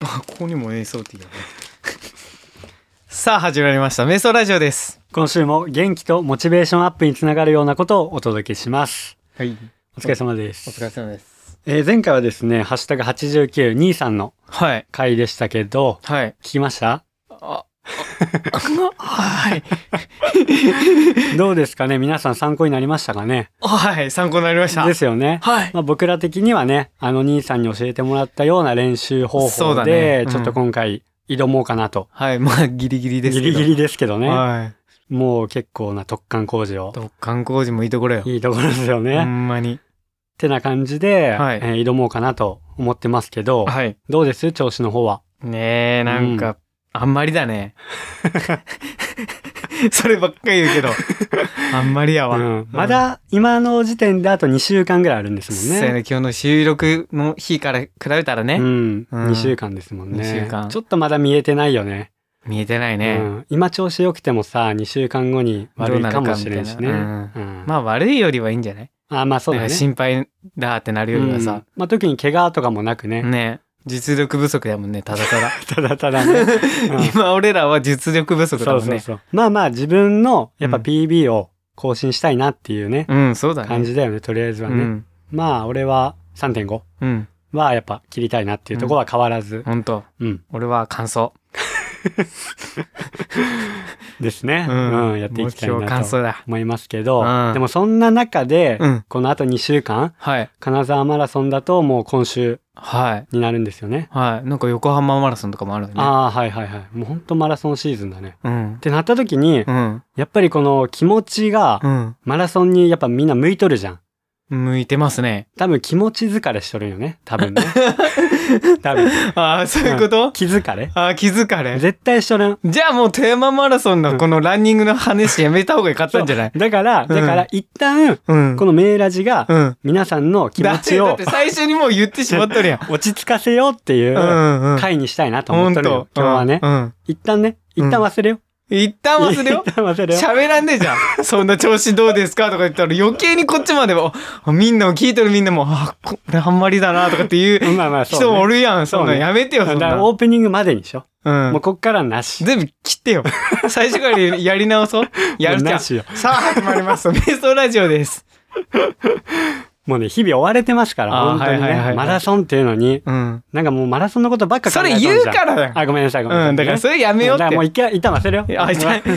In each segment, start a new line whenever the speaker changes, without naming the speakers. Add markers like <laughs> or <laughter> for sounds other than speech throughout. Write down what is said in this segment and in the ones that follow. あここにも瞑想ティーだね <laughs> さあ始まりました瞑想ラジオです
今週も元気とモチベーションアップにつながるようなことをお届けします。
はい
お疲れ様です。
お疲れ様です
えー前回はですね、ハッシュタグ89兄さんの
はい
回でしたけど、
はい
聞きま
<laughs>
した
あはい
どうですかね皆さん参考になりましたかね
はい参考になりました
ですよね。
はい
まあ、僕ら的にはね、あの兄さんに教えてもらったような練習方
そう
法
だね
で、
うん
ちょっと今回挑もうかなと。
はいまあギリギリです
ギ
けど
リギリですけどね。
はい
もう結構な突貫工事を。
と観光時もいいところよ
いいところですよね。
ほ
っ
んまに
てな感じで、
はい
えー挑もうかなと思ってますけど、
はい
どうです調子の方は。
ねえなんか、あんまりだね <laughs> そればっかり言うけどあんまりやわ、
うん、まだ今の時点であと2週間ぐらいあるんですもん
そうや
ね。
ね今日の収録の日から比べたらね、
うん、
うん
2週間ですもんね。
二週間
ちょっとまだ見えてないよね。
見えてないね、
うん、今調子良くてもさ、2週間後に悪いかもしれんしね。
どうなるかみ
うん
まあ悪いよりはいいんじゃない、
あ、まあそうだ
なん
ね。
か心配だってなるよりは
うん
さ、
まあ特に怪我とかもなくね。
ね実力不足だもんねただただ、
<laughs>
<laughs>
ただただね。うん
今俺らは実力不足だ
そ
も
うんそう
ね
そう。まあまあ自分のやっぱ
うん
PB を更新したいなっていうね、
うんそうだね
感じだよね、とりあえずは
う
ね。
ん
まあ俺は3.5
うん
はやっぱ切りたいなっていうところは変わらず。
ほんと
うん。
俺は感想
ですね。
う
うん
ん、、
やっていきた
目
い
標
な
感
と
想だ
思いますけど、
うん
でもそんな中で、
うん
この後2週間、
はい
金沢マラソンだともう今週
はい
になるんですよね。
はいなんか横浜マラソンとかもあるよね
ああ、はいはいはい。もうほんとマラソンシーズンだね。
うん
ってなった時に、
うん
やっぱりこの気持ちが、
うん
マラソンにやっぱみんな向いとるじゃん。
向いてますね
多分気持ち疲れしとるんよね。
<laughs>
多分ね。多分。
ああそういうこと、
気疲れ
ああ気づかれ
絶対しとるん。
じゃあもうテーママラソンのこのランニングの話やめた方がよかったんじゃない
だから、だから一旦、
うん
このメーラジが、
うん。
皆さんの気持ち
だっ
を
てだって最初にもう言ってしまっとるやん。
落ち着かせようっていう、
んう
回にしたいなと
ほ
思っ
ん
てる
と
よ。今日はね、
うん。
一旦ね、一旦忘れよ。
一旦忘れ
<laughs>
よう。
一旦忘れよ。
喋らんねえじゃん。そんな調子どうですかとか言ったら余計にこっちまでも、あみんなも聞いてるみんなも、あ、これあんまりだなとかっていう
まあまあそう、ね。
人もおるやん。
そ
そう
ね
んなんやめてよ、そん
だ
な
からオープニングまでにしよう。
ん。う。
もうんこっからなし。
全部切ってよ。最初からやり直そう。やるじゃ。
なんしよ。
さあ始まります。メストラジオです。
もうね、日々追われてますから、
あー
本当にね、
はいはいはいはい
マラソンっていうのに、
うん。
なんかもうマラソンのことばっか考
それ
えとんじゃん
言うからだよ。
あ、ごめんなさい、ごめんなさ
う
い。
ん。だからそれやめよ
よ
うって。
だからもう一回、一旦忘れよう。
あ、痛い。う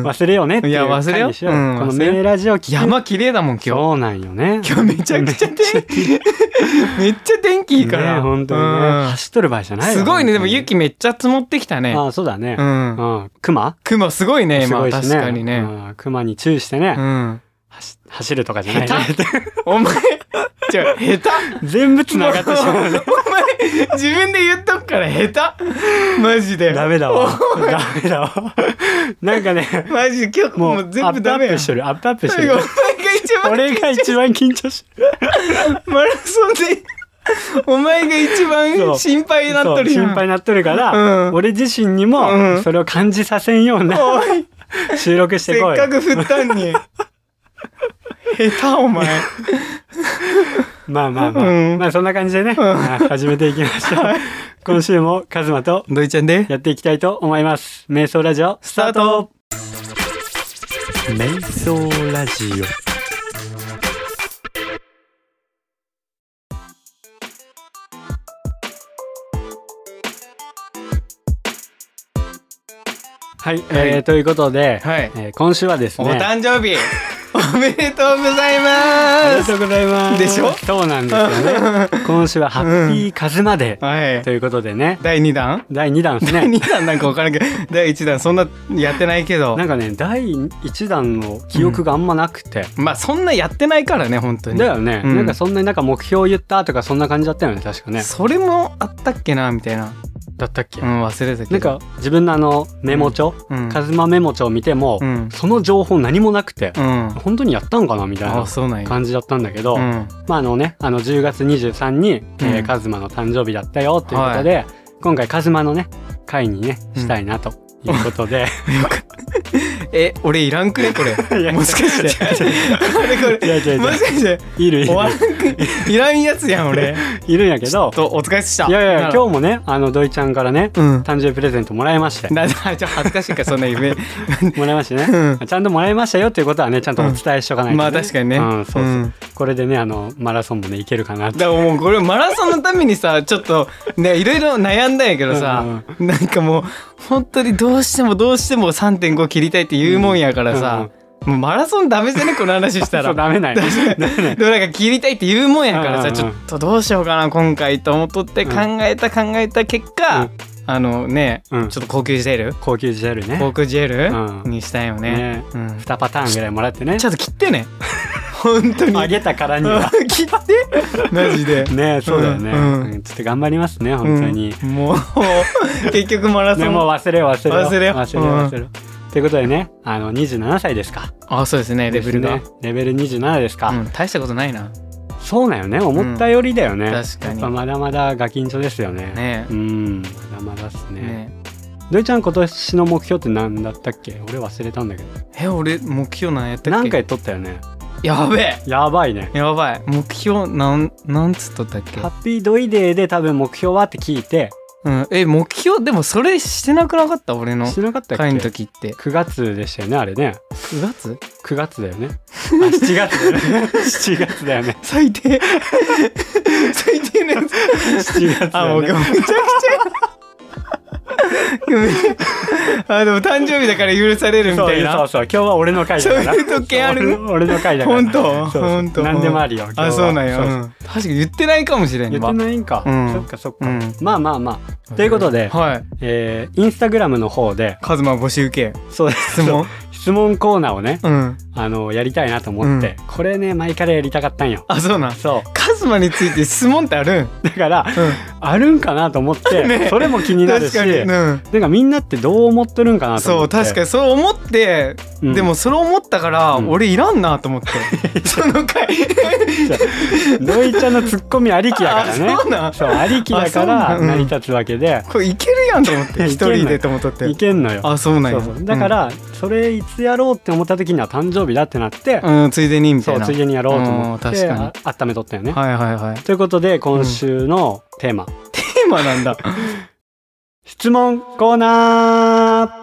ん
忘れようねっていう
いや忘れよう
回にしよう。
うん
この
忘れ
メ
よう
ーラジオ聞き
山綺麗だもん今日。
そうなんよね。
今日めちゃくちゃ天
<laughs>
気めっちゃ天気いいから。
ね、本当にね、走っとる場合じ
う
ゃ
ん
ないよ
すごいね。でも
本当に
雪めっちゃ積もってきたね。
あそうだね
う。ん。
うん。熊
雲すごいね、
す
今。
ごいしね。
確かにね。
うん。熊に注意してね
う。ん。 <laughs>
走走るとかじゃない、ね
下、お前、じゃ下手
<laughs> 全部つながって
<laughs>
しまう、ね、
お前、自分で言っとくから下手マジで。
ダメだわ <laughs> ダメだわ <laughs> なんかね
マジで、今日
も
も
う
う全部
ア
ダ
ップ
メ
アッ
や
プしてるアップアップして
最後お
る
前が一番
俺が一番緊張してる
マラソンで、お前が一
そう
番心配になっ
そ
と
う
るや
心
ん。
配になっとるから、
うん
俺自身に
う
も
ん
それを感じさせんような、
おい
<laughs> 収録して
せ
こ
っ
い
かく振ったんに。下手お前。
まあまあまあ、
うん
まあそんな感じでね、まあ始めていきまし
<laughs>
ょう今週もカズマと
ドイちゃんで。
やっていきたいと思います瞑想ラジオス
ス
タ
ター
ート
ト
瞑想ラジオはい、え
は
ー、
い
ということで、
はい
えー今週はです
お
ねあ
誕生日、おめでとうござい
り
ま
が
す。
とうございます
でしょ
そうなんです
<laughs>
よね今週はハッピーカズマデー
はい
と。いうことでね
第2弾
第2弾ですね
第2弾なんかわからんけど、第1弾そんなやってないけど
な。んかね第1弾の記憶があんまなくて、
まあそんなやってないからね、本当に
だ。よね、
うん
なんかそんなになんか目標言ったとかそんな感じだったよね確かね
それもあったっけな、みたいな。
だったっけ、
うん、忘れた
な
け
ん
ど。
か自分のあのメモ帳、
うん、
カズマメモ帳を見ても、
うん。
その情報何もなくて
う、ん。
本当にやったんかなみたい
あ、
な
そうなんや。
感じだったんだけど、
うん。
まああのねあの10月23に、え
う
ー、
ん
カズマの誕生日だったよということで、
<laughs>
今回カズマのね会にねしたいなということで、
よかっえ俺いらんくねこ
<laughs> い
れ
や
もしかして俺こ
いやいやい
れ
や
もしかして
いるい
終
る
わらんくいらんやつやん俺
いるんやけど
とお疲れっした
いやいや
なら
今日もねあの土井ちゃんからね、
うん
誕生日プレゼントもらいまして
ななちょっと恥ずかしいからそんな夢
もらいましてね、
う
ちゃんともらいましたよっていうことはねちゃんとお伝えしとかないと、
ま
ね
あ確かにね
うん、そうそう、
うん
これでねあのマラソンもねいけるかなって
だからもうこれマラソンのためにさちょっとねいろいろ悩んだんやけどさなんかもう本当にどうしてもどうしても3.5切りたいって言うもんやからさ、もうマラソンダメじゃねこの話した
そう
ら
ダメない
<laughs> でもなんか切りたいって言うもんやから
うんうんう
さ
ん
ちょっとどうしようかな今回と思っとって
うん
考えた考えた結果、
<laughs> うん
あのね、
うん
ちょっと高級ジェル
高級ジェルね
高級ジェ
う
ル
ん
にしたいよね
ね
うん、
2パターンぐらいもらってね
ちょっと切って
<laughs>
ね本当に
あげたからには
切ってマジで、
ねそうだよね、
うんうん
うんちょっと頑張りますね本当に、
うんもう結局マラソ
ね
ン、
もう忘れよう忘れよう
忘れよう
忘れよう忘れようということでねあの27歳ですか
あそうですねレベルが、
ですねレベル27ですか、
うん、大したことないな
そうだよね思ったよりだよね、
うん確かに
やっぱまだまだガキンチョですよね
ね
うんまだまだっすね
ね
どいちゃん今年の目標って何だったっけ俺忘れたんだけど
え俺目標なんやったっけ
何回撮ったよね
やべえ
やばいね
やばい目標なんなんつっとったっけ
ハッピードイデーで多分目標はって聞いて
うん、え目標でもそれしてなくなかった俺の
しなかったっけ
会の
9
時って
月でしたよねあれね
9月
9月だよね <laughs> あ7月だよね <laughs> 7月だよね
最低 <laughs> 最低のやつ
7月だ
あも
よ
うめち
ね
ゃくちゃ <laughs> あでも誕生日だから許されるみ
そ
た
う
い
そう
な
そう今日は俺の回だから
そういう特権ある
そう俺俺の回だから
本当
そうそう
本当
何でもあるよ今日は
あそうなんや、
そううん
確かに言ってないかもしれん
言って
わ
ないんか、
うん
そっかそっか、
うん
まあまあまあということで、
はい
えーインスタグラムの方で
カズマ募集受け
そうです
質問
質問コーナーをね
うん
あのやりたいなと思って、これね前からやりたかったんよ
あそうなん
そ
カズマについて質問ってあるん、
うだから
う
あるんかなと思っ
<laughs>
て、
ね
それも気に
ん、
なる
確
し
かに、うん、
なんかみんなってどう思ってるんかなと
そ
思
う
って
確かにそう思って
に、うん
で
<laughs>
もそれ思ったから、
うん
俺いらんなと思っ
<laughs>
て、その回
ロイちゃんのツッコミありきだからね
あそうなん
そうありきだか
あそうな
ら
んうん
成り立つわけで、
これいけるやんと思っ
いけんの
て一人でと思っとって
いけんのよ
あそうなん
そ
や
うそうだから、それいつやろうって思った時には誕生日だってなって、
うん、うんついでにみた
そ
いうな
ついでにやろうと思って
うん確かに
あ温めとったよね、
はいはいはいテ
ということで今週のテーマ、
ーマなんだ
質問コーナー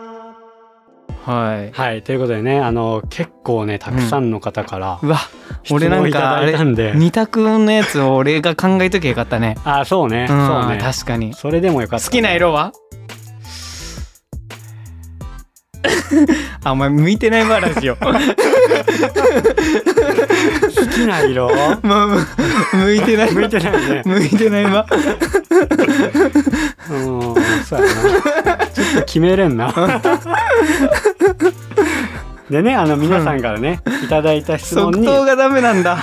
はい
はい、ということでね、あの、結構ね、たくさんの方から、
うわ
質問
俺なん
いた
かあ
だい
れ
たんで、
二択のやつを俺が考えときゃよかったね
あ、そうね、
うん
そうね。
確かに
それでもよかった。
好きな色
<laughs>
はあお前向いてない
<laughs>
話を
好きな色
まあむ向いてない
向いてないね。
向いてないわ
うん、そうやな。ちょっと決めれんな。でね、あの、皆さんからね、いただいた質問
即
に
答がダメなんだ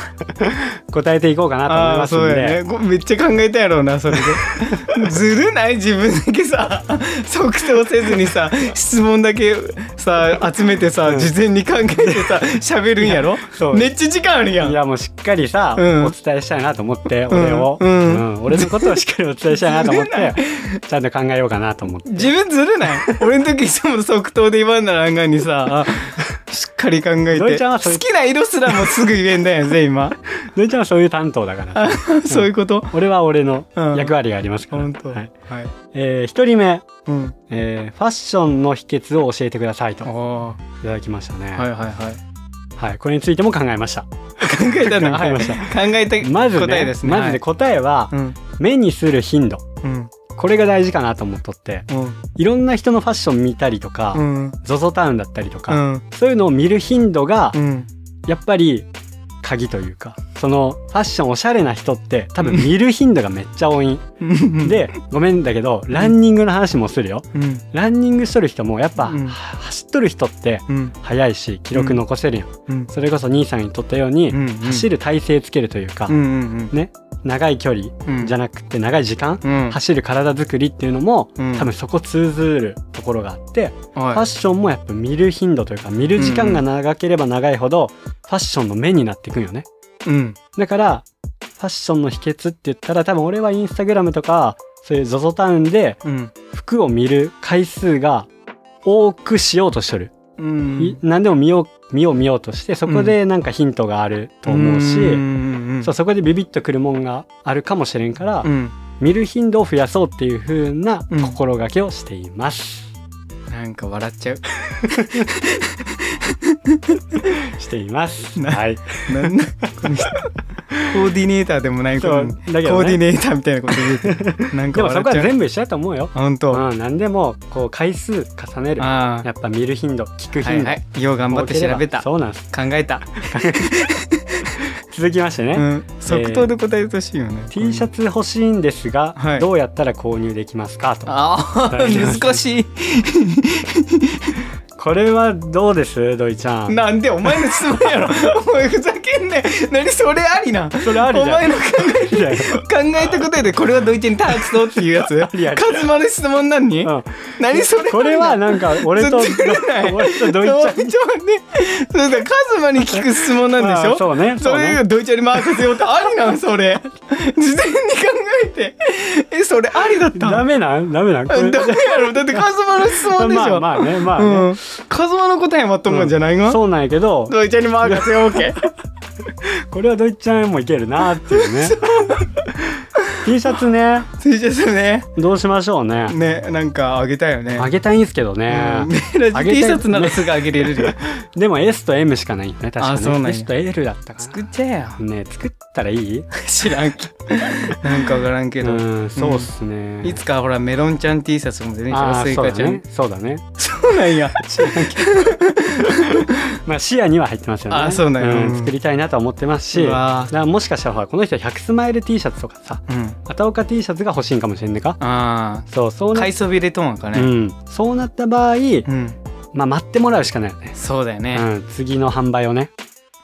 答えていこうかなと思い
あ
ま
あ
す
そ
ん
う
で。
やねごめっちゃ考えたやろうなそれ
<laughs>
でずるない自分だけさ即答せずにさ質問だけさ集めてさ、
うん
事前に考えてさ喋るんやろ
そう
めっちゃ時間あるやん
いやもうしっかりさ、
うん
お伝えしたいなと思って俺を、
うんうん
俺のことをしっかりお伝えしたいなと
<laughs>
思ってちゃんと考えようかなと思って
自分ずるない俺の時いつも即答で言わんなら案外にさしっかり考え
土井
て
ちゃんはそうい
好
う
きな色すらもすぐ言えんだよね今
のりちゃんはそう <laughs> いう担当だから
あそういうこと
俺は俺の
うん
役割がありますから、
本当
はい
はい、
えー、1人目、
うん、
えーファッションの秘訣を教えてくださいと
ああはい
ただきましたね
は
はいい、
はい
これについても考えました
考えたな
<laughs> 考えました
<laughs> 考えた
まずね
答えですね
まずね答えは、
はい
目にする頻度
うんうん
これが大事かなと思っとって
うん
いろんな人のファッション見たりとか、
うん
ゾゾタウンだったりと
う
か、
ん
そういうのを見る頻度が
うん
やっぱり鍵というかそのファッションおしゃれな人って多分見る頻度がめっちゃ多いん
うん、
でごめんだけどランニングの話もするよ
うん
ランニングしとる人もやっぱ、
うん
は走っとる人って
うん
速いし記録残せるやん、
うん
それこそ兄さんにとったように、
うんうん
走る体勢つけるというか、
うんうん
ね長い距離
うん
じゃなくて長い時間、
うん
走る体作りっていうのも、
うん
多分そこ通ずるところがあって、
はい
ファッションもやっぱ見る頻度というか見る時間が長ければ長いほど、ファッションの目になっていくんよね
うん
だからファッションの秘訣って言ったら多分俺はインスタグラムとかそういう ZOZO タウンで
うん
服を見る回数が多くしようとしとる
うん
い何でも見よう見よう見ようとしてそこでなんかヒントがあると思うし、
うん
そうそこでビビッとくるもんがあるかもしれんから、
うん
見る頻度を増やそうっていう風な
うん
心がけをしています、
なんか笑っちゃう
しています
<laughs> な
はい
なんだこの人コーディネーターでもないこ
そ
と
う
に
だけ
コ
ど、
ーディ
ね、
ネーターみたいなこと言うてなん
で
か
もそ
笑
こ
っち
は
ゃう
全部一緒だと思うよ、
本当あ
うん、何でもこう回数重ねるや
あ
っぱ見る頻度聞く
は
頻
い
度、
はいよう頑張って調べた考
そうなんです
えた
続きましてね、
うん即答で答えてほしいよね
T シャツ欲しいんですが、
はい
どうやったら購入できますかと
ああ難しい
これはどうです土井ちゃ
<laughs>
ん
なんでお前の質問やろ <laughs> お前ふざけんね何それありな
それあり
お
じゃん
前の考え
いやい
考えた答えでこれはドイツにタークトっていうやつ
<laughs> りあり
カズマの質問何に、
やうん
何それ
これはなんか俺と
ずっとずれない
俺と
ド
ド
<laughs> イ
イ
ツ
ちゃん
ねそれだカズマに聞く質問なんでし
ま
ょ
あそうね
そ
そう
れ
ね
がドイツに任せようってありなんそ
<laughs>
れ事前に考えてえそれありだった
ダメなんダメなんこれ
ダメやろだってカズマの質問でし
ま
ょ
あまあねまあね、
うん、カズマの答えまともんじゃないが、
そうなんや
<laughs>
けど
ドイツに任せよう
<laughs>
け
これはドイツちゃんもいけるなっていうね T シャツね
T シャツね
どうしましょうね
ねなんかあげたいよね
あげたいんですけどね、
うんメラ
あ
ジ
げ
T
て
シャツならすぐあげれ
<laughs>
るよ
でも S と M しかないね確か
あ
に
そうなんや
S と L だったか
作っちゃえよ
なね作ったらいい
知らんけどなんかわからんけ
う
ど、
んそうっすね、
いつかほらメロンちゃん T シャツも出るんじゃ
あ
んス
ー
イ
そう
カ
だ
ちゃん
ねそうだね
そうなんや
<laughs> まあ視野には入ってますよね
あーそうなんやうん
作りたいなとは思ってますし
うわー
だからもしかしたらほらこの人100スマイル T シャツとかさ
うん
片岡 T シャツが欲しいんかもしれんねか
あ
そうそう
あ
な
買いそびれとんか
う
ね
ん、そうなった場合、
うん、
まあ、待ってもらうしかないよね、
そうだよね、
うん、次の販売をね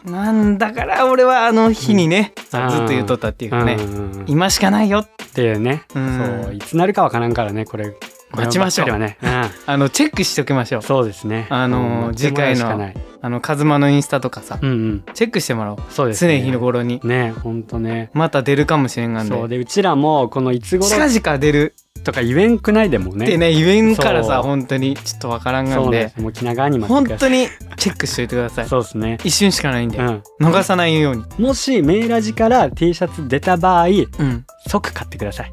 なんだから俺はあの日にね、
うん
ずっと言っとったっていうかね、
うん、
今しかないよ
っていうね、
うん
そういつなるかわからんからねこれ
待ちましょう
こればっかりはね、
あのチェックしておきましょう
う、
ん
そうですね
あのー
うん待ってもらうしかない
あのカズマのインスタとかさ
うんうん
チェックしてもらおう
そうです
常
ね
日の頃に
ねほんとね
また出るかもしれんがん
そう
で
でうちらもこのいつ頃
近々出る
とか言えんくないでも
って
ね
ね言えんから
そ
さ
う
本当にちょっとわからんがん
そうなんで
です
もう気長に待っ
本
てくださ
当にチェックしといてください
いそうですね
一瞬しかないんで、
うん
逃さないように、
もしメーラジから T シャツ出た場合
うん、
即買ってください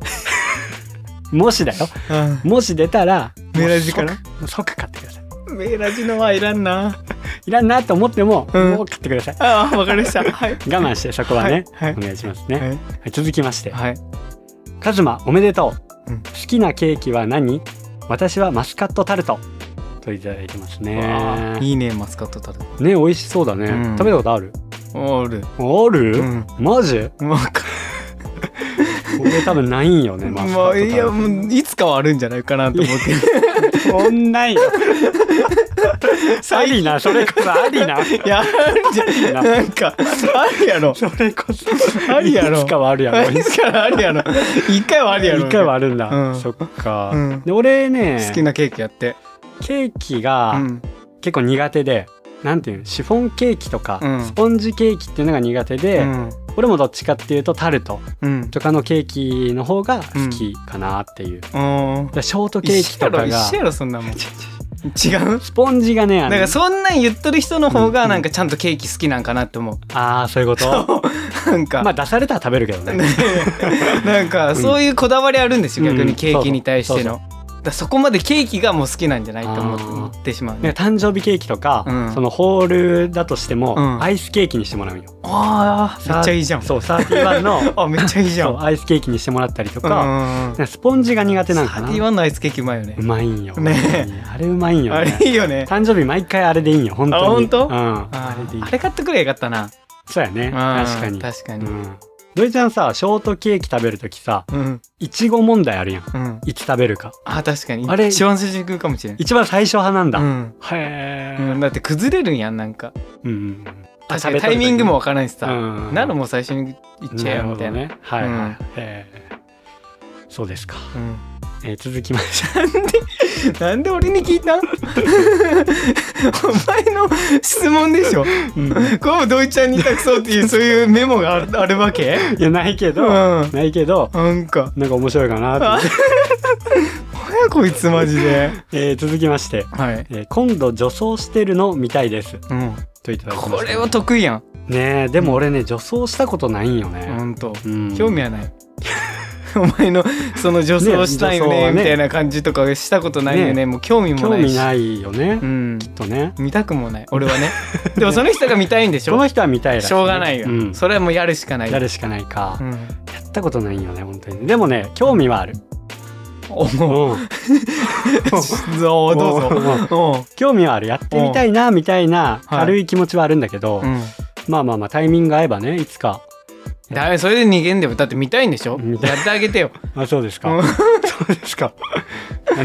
<laughs> もしだよもし出たら
メラジから
もう即買ってください
メラジのはいらんない
らんなと思っても、
うん
もう買ってください
ああわかりま
<laughs>
したはい
我慢してそこはね、
はい
お願いしますね、
はい
はい続きまして
はい
「カズマおめでとう、
うん
好きなケーキは何私はマスカットタルト」といただいてます
わあ
ね
いいねマスカットタルト
ね美味しそうだね、
うん
食べたことある
おる
ある、
うん
マジ
もうか
俺多分ないんよねマスカ
も
ットタ
うい
ル
や
ト
もういつかはあるんじゃないかなと思って
<laughs> そんないよ <laughs> ありなそれこそありない
やあるんじゃ
な
なんかあるやろ
それこそ
ありやろ
<laughs> いつかはあるや
あ
ろ
るからあるやろ一回はあるやろ
一回はあるんだ、
うん
そっか、
うん
で俺ね
好きなケーキやって
ケーキ
う
が、
ん
結構苦手でなんていうのシフォンケーキとか、
うん
スポンジケーキっていうのが苦手
う
で、
ん
俺もどっちかっていうとタルト
うん
とかのケーキの方が好きかなっていう、だか
うん
らショートケー
一
キ
緒や
と
ろ
か
一
が
緒やろそんなもん違う
スポンジがね
な
あ
ん
の
かそんなん言っとる人の方
う
が
ん
なんかちゃんとケーキ好きなんかなって思う。
あーそういうこと
<laughs> なんか、
まあ出されたら食べるけどね
<laughs> なんかそういうこだわりあるんですよ、
うん
逆にケーキに対して
そう
の。だからそこまでケーキがもう好きなんじゃないと思ってしまう
なん
ね。
か誕生日ケーキとか、
うん
そのホールだとしても、
うん
アイスケーキにしてもらうんよ
ああめっちゃいいじゃん。
そうサーティワ
<laughs>
ンの
あめっちゃいいじゃ
そ
ん。
う
う
アイスケーキにしてもらったりと
ん
か,、なんかスポンジが苦手なんか
サ
な
ティワンのアイスケーキうまいよね
う。まいんよ、
ね
あれうまいんよ、ね、
あれいいよね。
<laughs> 誕生日毎回あれでいいんよ本当に
あ本当
うん
あ
あれでいい
ーあれ買ってくれよかったな。
そうやね確か
う
に
ん確かに
う。ん土井ちゃんさショートケーキ食べる時さ
うん
いちご問題あるやん
うん。
いつ食べるか
あ確かに。
あれ
一番最初に食うかもしれない。
一番最初派なんだ、
うん。
へ
う
え
んだって崩れるんやんなんか。
うんうん
確かにタイミングもわからんしさ。
うん
なるもう最初に行っちゃえよみたいな。
るほどねはいはい、
うん
へえそうですか
うん
えー続きまして
なんで俺に聞いたんお前の質問でしょ。 <laughs> これも土井ちゃんに託そうっていうそういうメモがあるあるわけ
<laughs> いやないけど、
うん
ないけど
なんか。
なんか面白いかなと思
あ
って、
何やこいつマジで。
<laughs> えー続きまして、
はい。
えー今度女装してるの見たいです
うん。
といただきました
これは得意やん。
ねえでも俺ね女装したことないんよね、
ほんと。
うん
興味はない。 <laughs> お前のその女装したいよ
ね女装
ね
はね
みたいな感じとかしたことないよ
ね
ね。もう興味も
興
ないし。
味ないよね、
うん。
とね
見たくもない。俺は
<laughs>
ね。でもその人が見たいんでし
こ
ょ
の。人は見たいらしい
しょうがないよ
う。ん、
それはもうやるしかない。
やるしかないか、
うん。
やったことないんよね本当にでもね興味はある、
お
うん
もう。
<laughs>
そうどうぞ。
うん興味はあるやってみたいなみたいな軽い気持ちはあるんだけど、
うん。うん
まあまあまあタイミングが合えばねいつか
だめそれで逃げんでもだって見たいんでしょ
見たい
やってあげてよ
あそうです
<laughs>
か、
うん
そうですか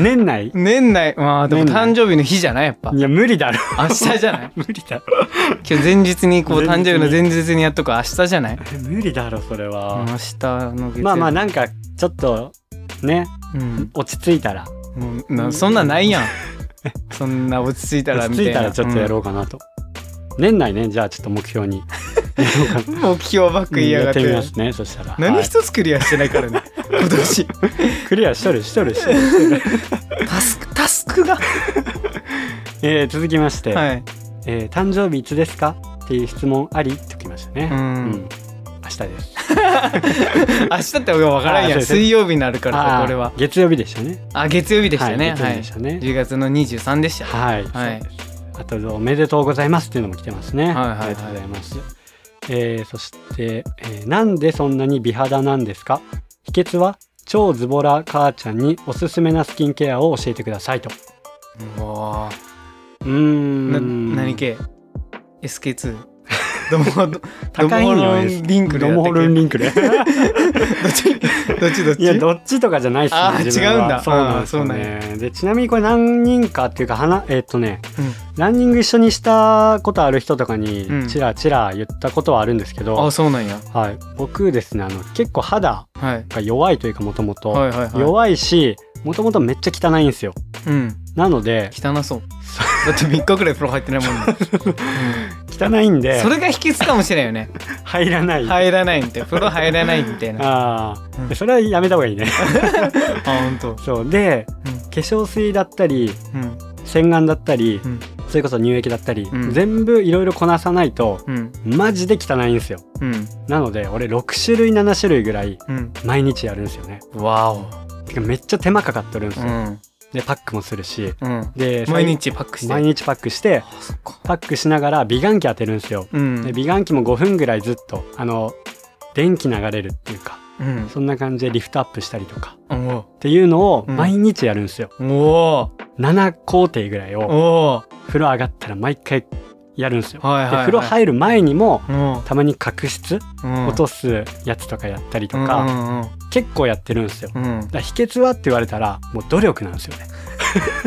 年内
年内まあでも
年内
誕生日の日じゃないやっぱ
いや無
<laughs>
理だろ
明日じゃない
無理だろ
今日前日にこう
前日
誕
に
生日の前日にやっとく明日じゃない
無理だろそれ
明、
は
日の月曜日
まあまあなんかちょっとね
うん、
落ち着いたら
うんなそんなんないやんそんな落ち着いたら
<laughs> 落
みた
ち着
い
いた
な
らちょっとやろうかなと、年内ねじゃあちょっと目標にやろうかな
うん目標ばっか言いや
や
が
っ
ってて
みますねそしたら
何
はい
一つクリアしてない
<laughs>
からね今年
クリアしとるしとるしとる
<laughs> タスクタスクが
えー続きまして、
はい
えー誕生日いつですか?」っていう質問ありときましたね
う
うん明日です
明日って分からんやん
あそうです
水曜日になるからさ
あー
これは
月曜日でしたね
あ月曜日でしたね
はい、月曜
は
日
い
でしたね
10月の23でした
はい、
はい
そうですあと「おめでとうございます」っていうのも来てますね、
はいはいはい
ありがとうございます、えーそして、えーなんでそんなに美肌なんですか秘訣は超ズボラ母ちゃんにおすすめなスキンケアを教えてくださいと
うわ
うーん
な何系 ?SK2 <laughs> ドモホド
高いんよ
ドモホルンリンクル
ド
やった
モ
っけ
ホルンリンクル
<laughs> どっちどっちどっち
いやどっちとかじゃないっすね
あー
自分は
違うんだ
そうなんですよ
うんそう
ねでちなみにこれ何人かっていうかはなえっとね
うん
ランニング一緒にしたことある人とか
う
に
ん
チラチラ言ったことはあるんですけど、
あそうなんや、
はい、僕ですねあの結構肌
はい、
が弱いというかもともと
はいはいはい
弱いしもともとめっちゃ汚いんですよ
うん
なので
汚そうだって3日くらい風呂入ってないもんね、
汚いん
うん
で
それが秘訣かもしれんよ
<laughs>
ね
入らない、
入らないみたいな風呂入らないみたいなあ
ああ、
うん
それはやめた方がいい
<laughs>
ね
ほんと
そうで化粧水だったり
うん
洗顔だったり、
うん
それこそ乳液だったり、
うん
全部いろいろこなさないと
うん
マジで汚いんですよ
うん
なので俺6種類7種類ぐらい
うん
毎日やるんですよね
うんわお
てかめっちゃ手間かかっとるんです
う
よ、
ん
でパックもするし
うん
で
毎日パックして
毎日パックして
あそっか
パックしながら美顔器当てるんですよ、
うん
で美顔器も5分ぐらいずっとあの電気流れるっていうか
うん
そんな感じでリフトアップしたりとか
おお
っていうのを
うん
毎日やるんですよ、
お
7工程ぐらい
お
を
お
風呂上がったら毎回やるんですよ、
おはいはい、はい、
で風呂入る前にも
うん
たまに角質
うん
落とすやつとかやったりと
うん
か、結構やってるんですよ
うんうんうん
だから秘訣はって言われたらもう努力なんですよね <laughs>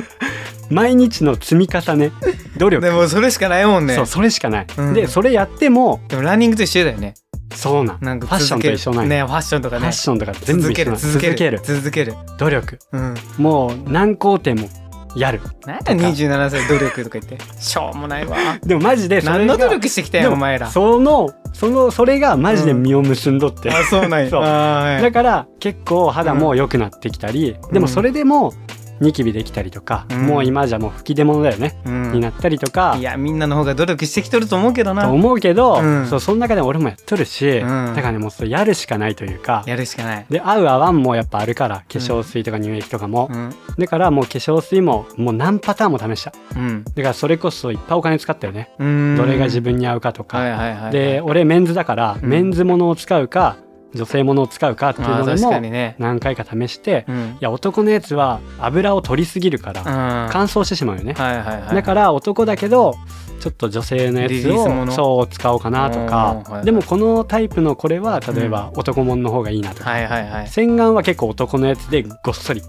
毎日の積み重ね努力
でもそれしかないもんね
そうそれしかない、
うん
でそれやっても
でもランニングと一緒だよね
そうなん
なんか
ファッションと一緒なんよ
ねファッションとか
ファ
ね
ッションとか全部
続
一
け
緒
る
なん
続ける
続ける
続ける
努力
うん
もう何工程もやる
何や27歳努力とか言ってしょうもないわ
でもマジでそれ
何
が
の努力してきた
で
よ
も
お前ら
そのそのそれがマジで実を結んどって、
あそうなんや
そ
あ
う
ーは
だ
い
から結構肌も良くなってきたり、
ん
でもそれでもニキビできたりとか、
うん
もう今じゃもう吹き出物だよね、
う
に
ん
なったりとか
いやみんなの方が努力してきとると思うけど
と
な
思うけど、
うん
そうその中でも俺もやっとるし、
ん
だからねもうそれやるしかないというか
やるしかない
で合う合わんもやっぱあるから化粧水とか乳液とかも、
うん
だからもう化粧水ももう何パターンも試しただ
うん
からそれこそいっぱいお金使ったよね、
うん
どれが自分に合うかとか、
はいはいはい
で俺メンズだから、
うん
メンズものを使うか女性ものを使うかっていう
まあ
ので
確かに
も
ね
何回か試して、
う
い
ん
や男のやつは油を取りすぎるから、
うん
乾燥してしまうよね、
はいはいはい
だから男だけどちょっと女性のや
リ
つ
リースも
を
の
そう使おうかなと
うんはいは
か
い
でもこのタイプのこれは例えば男もんの方がいいなとか、
はいはいはい
洗顔は結構男のやつでごっそり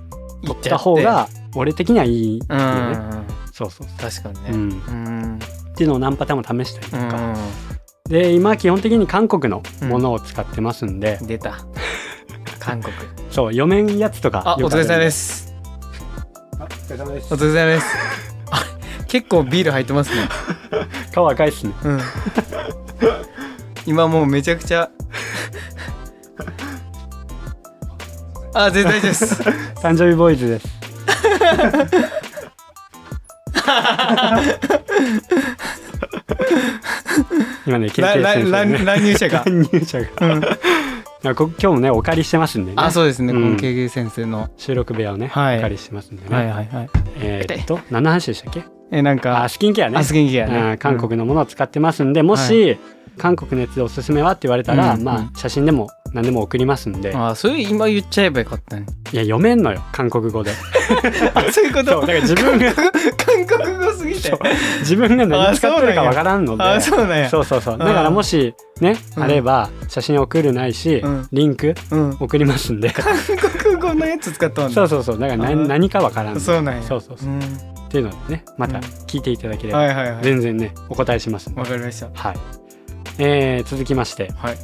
行っ
した方が俺的にはいいよね、
うんうん
そうそう
確
そ
かに
う、う
ね
ん、っ
うん
ていうのを何パターンも試したりと
う
か、
ん
<laughs> で今基本的に韓国のものを使ってますんで、
出た韓国
そう読めんやつとか
あお
よ
疲
く
れ
る
様です
あお疲れ様です
お疲れ様ですあ結構ビール入ってますね
顔赤いっすね
うん今もうめちゃくちゃあ全然大丈夫
<laughs>
です
誕生日ボーイ
<laughs>
ズです今ね決
ら
定
ら
戦
乱乱入
<laughs>
者が
乱入者が、
うん
なんかこ今日もねお借りしてますんでね
あそうですね、
うん
この KK 先生の
収録部屋をね、
はい
お借りしてますんでね、
はいはいはい
えーっと何の話でしたっけ
えなんか
あスキンケアね
あスキンケア
う
ね
ん韓国のものを使ってますんでもし、韓国のやつでおすすめはって言われたら、
うん
まあ写真でも何でも送りますんで、い
あそれ今言っちゃえばよかった
<laughs>
ね
や読めんのよ韓
<laughs>
国語で
あそういうこ
そうだ
と <laughs>
から自分が
韓国語すぎて
そう自分が何使ってるかわからんので
あそうなんや
そうそうそうだからもしね、
うん
あれば写真送るないし、
うん
リンク
うん
送りますんで
韓国語のやつ使ったもんね
そうそうそうだから
あー
何何かわからんの
そうなんや
そうそうそう
うん
っていうのでねまた聞いていただければ、
はいはいはい
全然ねお答えしますんで
わかりま
<laughs>
した
はい、えー、続きまして
はい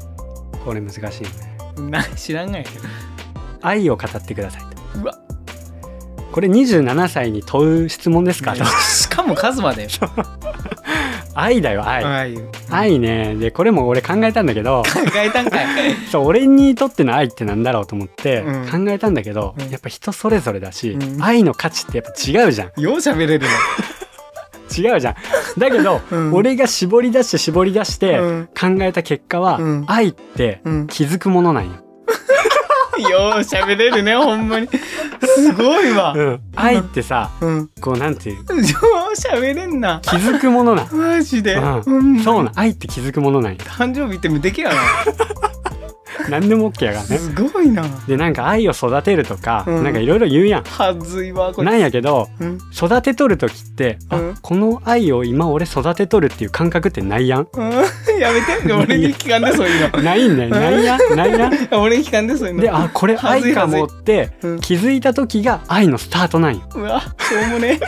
これ難しいね
な知らんがやけど
愛を語ってくださいと
うわ
これ27歳に問う質問ですか、
ねしかもカズマだよ
愛だよ愛、
はい考
愛ねでこれも俺考えたんだけど
えたんかい
そう俺にとっての愛ってなんだろうと思って
う
考えたんだけど、
うん
やっぱ人それぞれだし、
うん
愛の価値ってやっぱ違うじゃ
<laughs>
ん
よう喋れるね
違うじゃんだけど、
<laughs> うん
俺が絞り出して絞り出して
うん
考えた結果は、
うん
愛って
<laughs> うん
気づくものなんよ、
よう喋れるねほんまにすごいわ
愛ってさ
うんよ
こうなんていう
う喋れんな
気づくものなん
マジで
うん
ん
そうなん愛って気づくものなんよ
誕生日って無敵や
何でも OK やから
な
ね
すごいな
でなんか愛を育てるとか、
うん
なんかいろいろ言うやん
はずいわこれ
なんやけど
うん
育てとる時って、あ
うん
この愛を今俺育てとるっていう感覚ってないやん
うん <laughs> やめて俺に聞かんでそういう
ないんだよないやんないやん
の俺に聞かんでそういうの
であこれ
はず
愛
い
かもって
うん
気づいた時が愛のスタートなんよ
うわしょうもね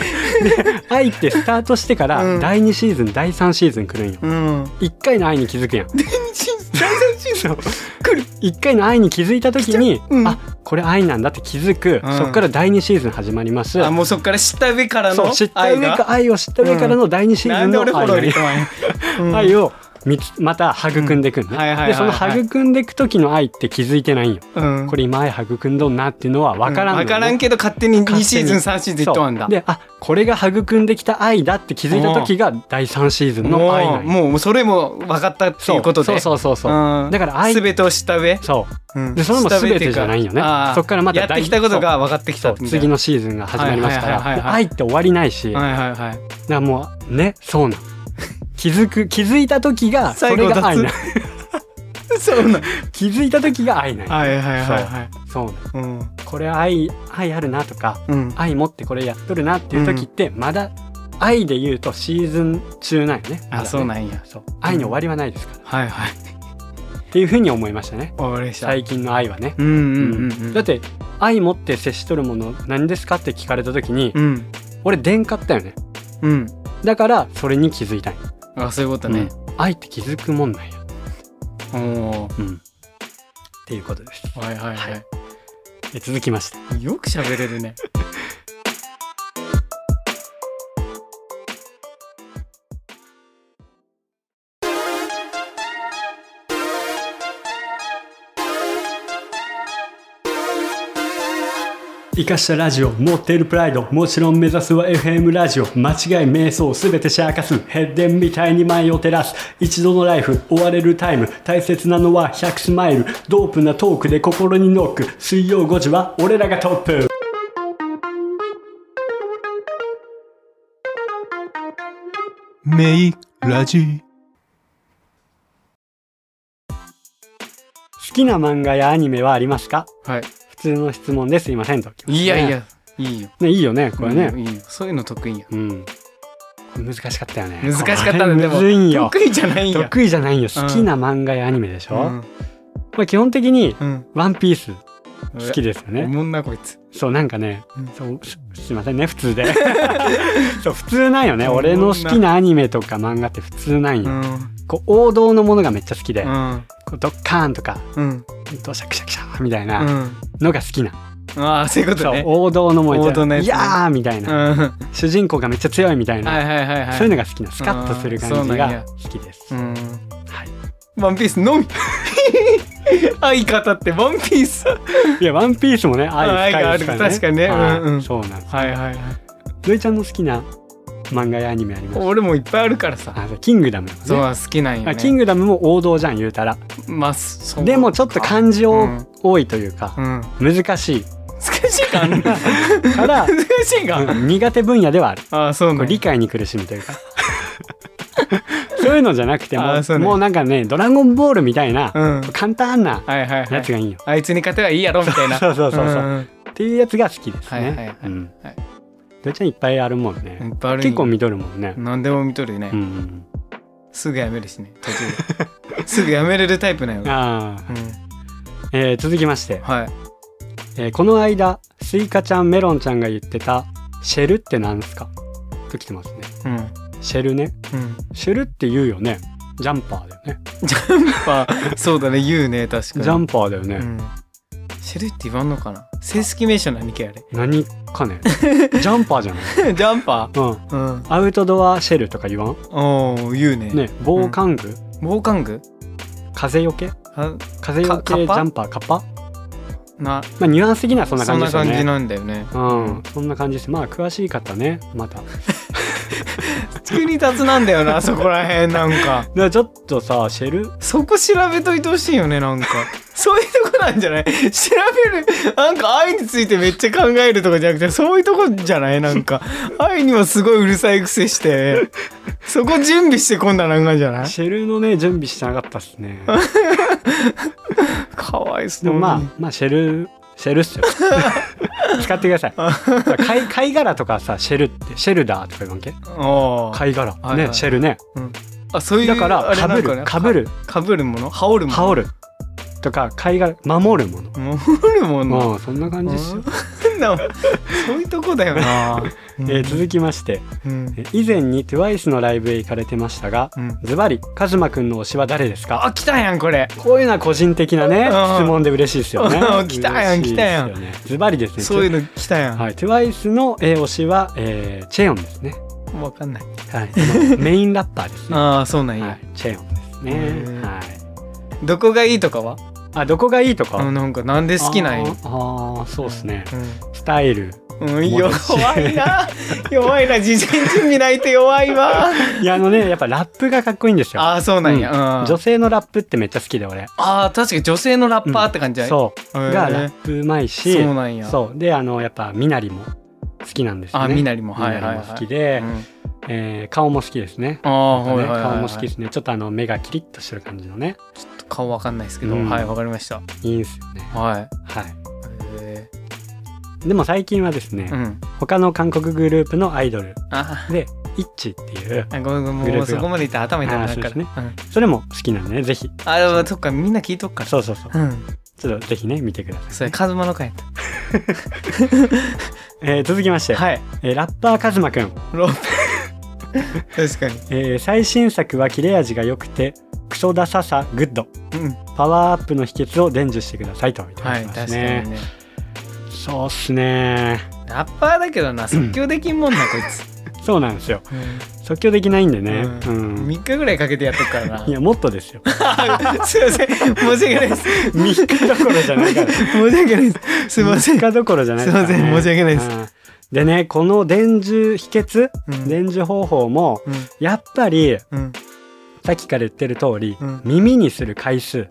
愛ってスタートしてか
う
ら
ん
第2シーズン第3シーズン来るんよ
うん
1回の愛に気づくやん
大々しい
そう
来る
1回の愛に気づいた時に、
うん
あこれ愛なんだって気づく、
うん
そっから第2シーズン始まります
あもうそっから知った上から
そ
の
う知った上
愛
か
が
愛を知った上からの第2シー
な
ズン
んで
の愛
俺フォロー入
が
れたわんやうん
愛を見つまた育んでいくんね、
うんはいはいはいはい
でその育んでいく時の愛って気づいてないんよ、
うん
これ今愛育んどんなっていうのは分からんのよね、
分からんけど勝手に2
勝手
シ
に
ーズン3シーズンいっとわんだ
そうであこれが育んできた愛だって気づいた時が第3シーズンの愛
も
な
うん
よ
もうそれも分かったっていうことで
そうそうそうそう、
うん
だから愛
全てを知った上
そう
うん
でそれも
下辺ってう
全て
か
じゃないよね
ああ
そっからまた
やってきたことが分かってき
そ
た
う
みたいな
次のシーズンが始まりますか
はいはいはいはいは
ら
い
愛って終わりないし、だか
はいはいはい
らもうねそ
<laughs>
うなん気づく気づいた時がそ
最
れ
後
が愛
脱 <laughs>
ない
そうなん
気づいた時が愛ない、
はいはいはいはい
そうなん
うん
これ愛愛あるなとか
うん
愛持ってこれやっとるなっていう時って、まだ愛で言うとシーズン中なんよねまだ
あ
ね
そうなんや
そう愛に終わりはないですから、
はいはい
っていうふうに思いましたね
わかりました
最近の愛はね、
うんうんうんうん
だって愛持って接しとるもの何ですかって聞かれた時に、
うん
俺電化ったよね
うん
だからそれに気づいたんよ
あそういうことね
うん愛って気づくもんなんや、
おお
うん、っていうことです
ーはいはい
は
は
え続きまして
いよく喋れるね
生かしたラジオ持っているプライドもちろん目指すは FM ラジオ間違い瞑想すべてシャーカスヘッデンみたいに前を照らす一度のライフ追われるタイム大切なのは100スマイルドープなトークで心にノック水曜5時は俺らがトップ
メイラジ
好きな漫画やアニメはありますか
はい
普通の質問ですいませんときますね
いやいやいいよ
ねいいよねこれね
いいよそういうの得意や
うん、これ難しかったよね
難しかったね
これ
で
むずいん
も
よ
得意じゃないんや
得意じゃないよ
うん
好きな漫画やアニメでしょ、
うん
まあ基本的に
うん
ワンピース好きですよ
お
ね
もんなこいつ
そうなんかね、
うん
そうすすいませんね普通でそう普通なんよね
そんな
俺の好きなアニメとか漫画って普通なん
う
よ、
んう
こう王道のものがめっちゃ好きで、
ん
ドッカーンとか
うん
ドシャクシャクシャーみたいうなんのが好きな、
ああそういうこと
そう
ね
王道のもう
王道のやつ
い
ね
やーみたい
うん
な、
はい
主人公がめっちゃ強いみたいな、
はいはいはい
そういうのが好きなスカッとする
あー
感
そ
じ
うなん
が
や
好きです、
うん
はい、
ワンピースのみ <laughs> 相方ってワンピース
いや「ワンピースもね愛深いですから
愛
ね
がある確かにね
はい
うんうん
そうなんです
はいはいはい
のいちゃんの好きな漫画やアニメあります
俺もいっぱいあるからさ
あそうキングダム、ね
そう好きなんよ
あ
ね
キングダムも王道じゃん言うたら
まあそう
でもちょっと漢字を
うん
多いというか
う、ん
難しい
難しいか
<laughs>
難 <laughs>
から、
しいか
うん苦手分野ではある
ああそう
こ
な
う
や
ん理解に苦しむというか <laughs> そういうのじゃなくて
あ
も
ーそうね
もうなんかね「ドラゴンボール」みたいな、
うん
簡単な
はいはいは
やつが
い
いいよ、
あいつに勝てばいいやろみたいな
<laughs> そうそうそうそうん
ん
っていうやつが好きですね、
はいはいはい
うん
はい
どっちゃんいっぱいあるもん
い
ね
っぱいあるんよ
結構見とるもんね、
何でも見とるよね、
うんうん
すぐやめるしね途中で <laughs> すぐやめれるタイプなん
うん、
よ、
あ
う
ー、
ん、
えー続きまして、
はい
えーこの間スイカちゃんメロンちゃんが言ってた「シェルってなんですか?」ときてますね
うん
シェルね
うん
シェルって言うよねジャンパーだよね
まあそうだね言うね確か
ジ
に
ャンパーだよね、
うん、シェルって言わんのかな正式名称何系あれ
何
<laughs>
かねジャンパーじゃない、 <laughs>
ジャンパ
うん、
ーうん
アウトドアシェルとか言わん
おお言うね
ね防寒具、
防寒具
風よけ
あ
風よけ
かカ
ジ
ッパ
ャンパーカッパ
な
まあニュアンス的にはそんな
そん
感じ
な
ですよ
感じ
ね
なんだよね
うん、そんな感じですまあ詳しい方ねまただか
地球に立つなんだよなそこら辺なんから
ちょっとさシェル
そこ調べといてほしいよねなんかそういうとこなんじゃない調べるなんか愛についてめっちゃ考えるとかじゃなくてそういうとこじゃないなんか愛にはすごいうるさいくせしてそこ準備してこんななんかじゃない
シェルのね準備してなかったっすね
かわいそう
で
に
もまあまあシェルシェル
<laughs>
っすよ使ってください貝貝殻とかさシェルってシェルダーとか言わんけ
おー
貝殻ね、
はいはい
シェルね
あそういう
だから
あれ
かぶ
なん
る
ね
かぶる
かぶるもの羽織るもの
羽織るとか貝殻守るもの
羽織るもの
もうそんな感じっすよ、
変なそういうとこだよな、うん
えー続きまして
うん
え以前に TWICE のライブへ行かれてましたが
うん
ズバリカズマくんの推しは誰ですか
あ来たやんこれ
こういうのは個人的なね
うん
質問で嬉しいですよね
うん <laughs> 来たやん
嬉しいですよね
来
ズバリですね
そういうの来たやん、
はい TWICE のえー推しは、えーチェヨンですね
わかんない
はいそのメインラッパーですね
あ <laughs> あそうなんや、
はいチェヨンですね
へー
はい
どこがいいとかは
あどこがいいとか
あなんかなんで好きなん
あ
や
ーあーそうですね
う
スタイル
ん、うん、
もう
弱いな <laughs> 弱いな事前準備ないと弱い
<laughs>
わ
いやあのねやっぱラップがかっこいいんですよ
ああそうなんや、
う
うんん
女性のラップってめっちゃ好きで俺
ああ確かに女性のラッパーって感じだね、
そう
へー
がラップうまいし
そうなんや
そうであのやっぱみなりも好きなんですよね
あみなりも
みな
はい
り
はいはい
も好きで
うん
えー顔も好きですね
ああ、
な
は
んか
い
ね
はいはいはい
顔も好きですねちょっとあの目がキリッとしてる感じのね
顔わかんないですけど、
うん
はいわかりました
いいんすよね
は
はい
いへ
でも最近はですね
えうん
他の韓国グループのアイドル
あ
でイッチっていう
あごめんごめ
グ
んも
ループが
うそこまでいったら頭痛くなるか
あーそうですね
ら
それも好きなんでねぜひ
あ,、うん、あでもそっかみんな聞いとくから
そうそうそう
うん
ちょっとぜひね見てくだ
そ
さい
れ
ね
カズマの回やっ
えー続きまして
たはい
えーラッパーカズマくん
ロップ確かに
えー最新作は切れ味が良くてクソダサさグッド
うん
パワーアップの秘訣を伝授してくださいと言ってま
はい
すね、
確かにね
そうっすね
ラッパーだけどな即興できんもんなこいつ、
そうなんですよ即興できないんで <laughs> ねう、
うん3日ぐらいかけてやっとくから
いやもっとですよ <laughs>
な <laughs> すいません申し訳ないです申
3日どころじゃない
<laughs>
から
し訳ないですすいません
3日どころじゃないから、ね、
すいません申し訳ないです
うんでねこの伝授秘訣、
うん
伝授方法も
うん
やっぱり
うん
さっきから言ってる通り、
うん
耳にする回数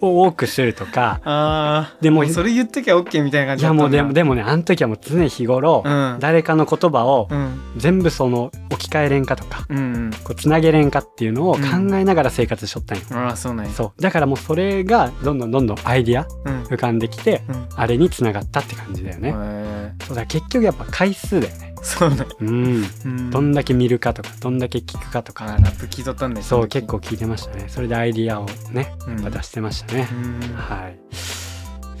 を多くするとか
<laughs> あー
でも
うそれ言っときゃ OK みたいな感
い
じだ
や
ったん
もう
だ
でもでもねあの時はもう常日頃、
うん
誰かの言葉を
うん
全部その置き換えれんかとか
うん
こうつなげれんかっていうのを考えながら生活しとったんよ、
うんああそうなんや
そうだからもうそれがどんどんどんどんアイディア
うん
浮かんできて
うん
あれにつながったって感じだよね、
へ
そうだから結局やっぱ回数だよね
ーそうなんや
うん
うん
どんだけ見るかとかどんだけ聞くかと
あ
か
ーラップ聞いとったんだよ
そ
の
う
時
結構聞いてましたねそれでアイディアをね
うん
やっぱ出してましたね
う、ん
はい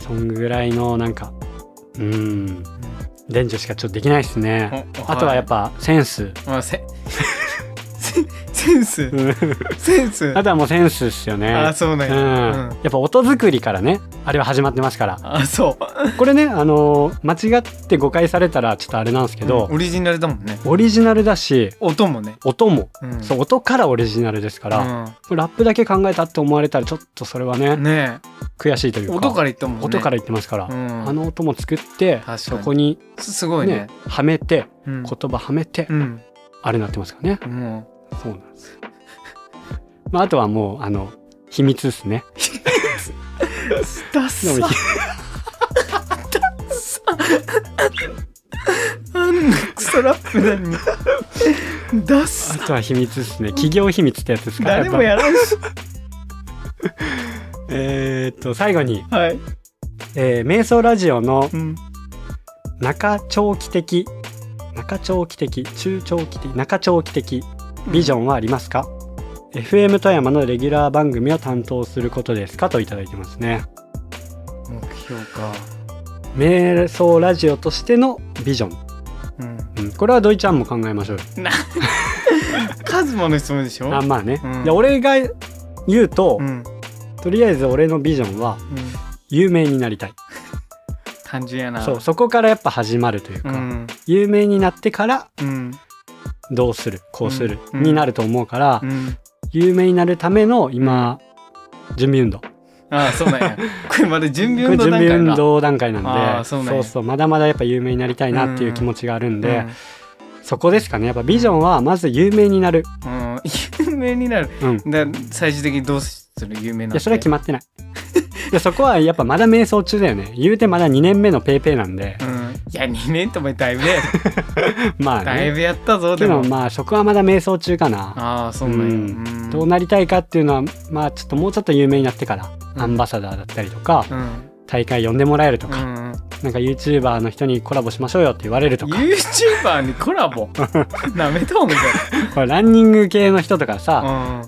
そんぐらいのなんかうん伝授しかちょっとできないですね
おお <laughs>
あとはやっぱセンス、
まあせせセンスセンス
あとはもうセンスっすよね
あそうなんや
うん
うん
やっぱ音作りからねあれは始まってますから
あそう
これねあのー間違って誤解されたらちょっとあれなんですけど、
オリジナルだもんね
オリジナルだし
音もね
音も、
うん
そう音からオリジナルですから、ラップだけ考えたって思われたらちょっとそれはね、
うんね
悔しいとい
え
うか
音から言ったもんね
音から言ってますから、
うん
あの音も作って
確かに
そこに
すすごい
ね
ね
はめて
うん
言葉はめて、
うん
あれになってますからね
も
そうなんです、まあ、あとはもうあの秘密ですね
うダッサ
でも
あんなクソラップなのにダッ
あ
サ
とは秘密ですね企業秘密ってやつですか
誰もやらんし
っぱえーっと最後に、
はい
えー瞑想ラジオの
うん
中長期的中長期的中長期的中長期的ビジョンはありますか、FM 富山のレギュラー番組を担当することですかといただいてますね
目標か
瞑想ラジオとしてのビジョン、
うん
うん、これは土井ちゃんも考えましょうよ
カズマの質問でしょ
あまあね、
うん
で俺が言うと、
うん
とりあえず俺のビジョンは
うん
有名になりたい
単純やな
そうそこからやっぱ始まるという
う
か、
ん
有名になってから
うん
どうするこうする、
うん
になると思うから、
うん
有名になるための今準備運動
ああそうなん
<laughs>
やこれまだ準備
これ
運動段
準
階
備
だ
運動段階なんで
あーそうなん
そ
や
うそうまだまだやっぱ有名になりたいなっていう気持ちがあるんで、そこですかねやっぱビジョンはまず有名になる、
うん、うん有名になる
うん、
だ最終的にどうする有名ないん
や
て
それは決まってないいやそこはやっぱまだ瞑想中だよね言うてまだ2年目のペイペイなんで
うん、いや2年ともだいぶね
まあ
だい
ね
ぶやったぞ
で
で
も
も
まあそこはまだ瞑想中かな
ああそうなんや、
う
うんん、
どうなりたいかっていうのはまあちょっともうちょっと有名になってから
うん
アンバサダーだったりとか
うん
大会呼んでもらえると
う
か
ん、
なんか YouTuber の人にコラボしましょうよって言われるとか
YouTuber にコラ
<laughs>
ボなめとうみた
これランニング系の人とか
い
さ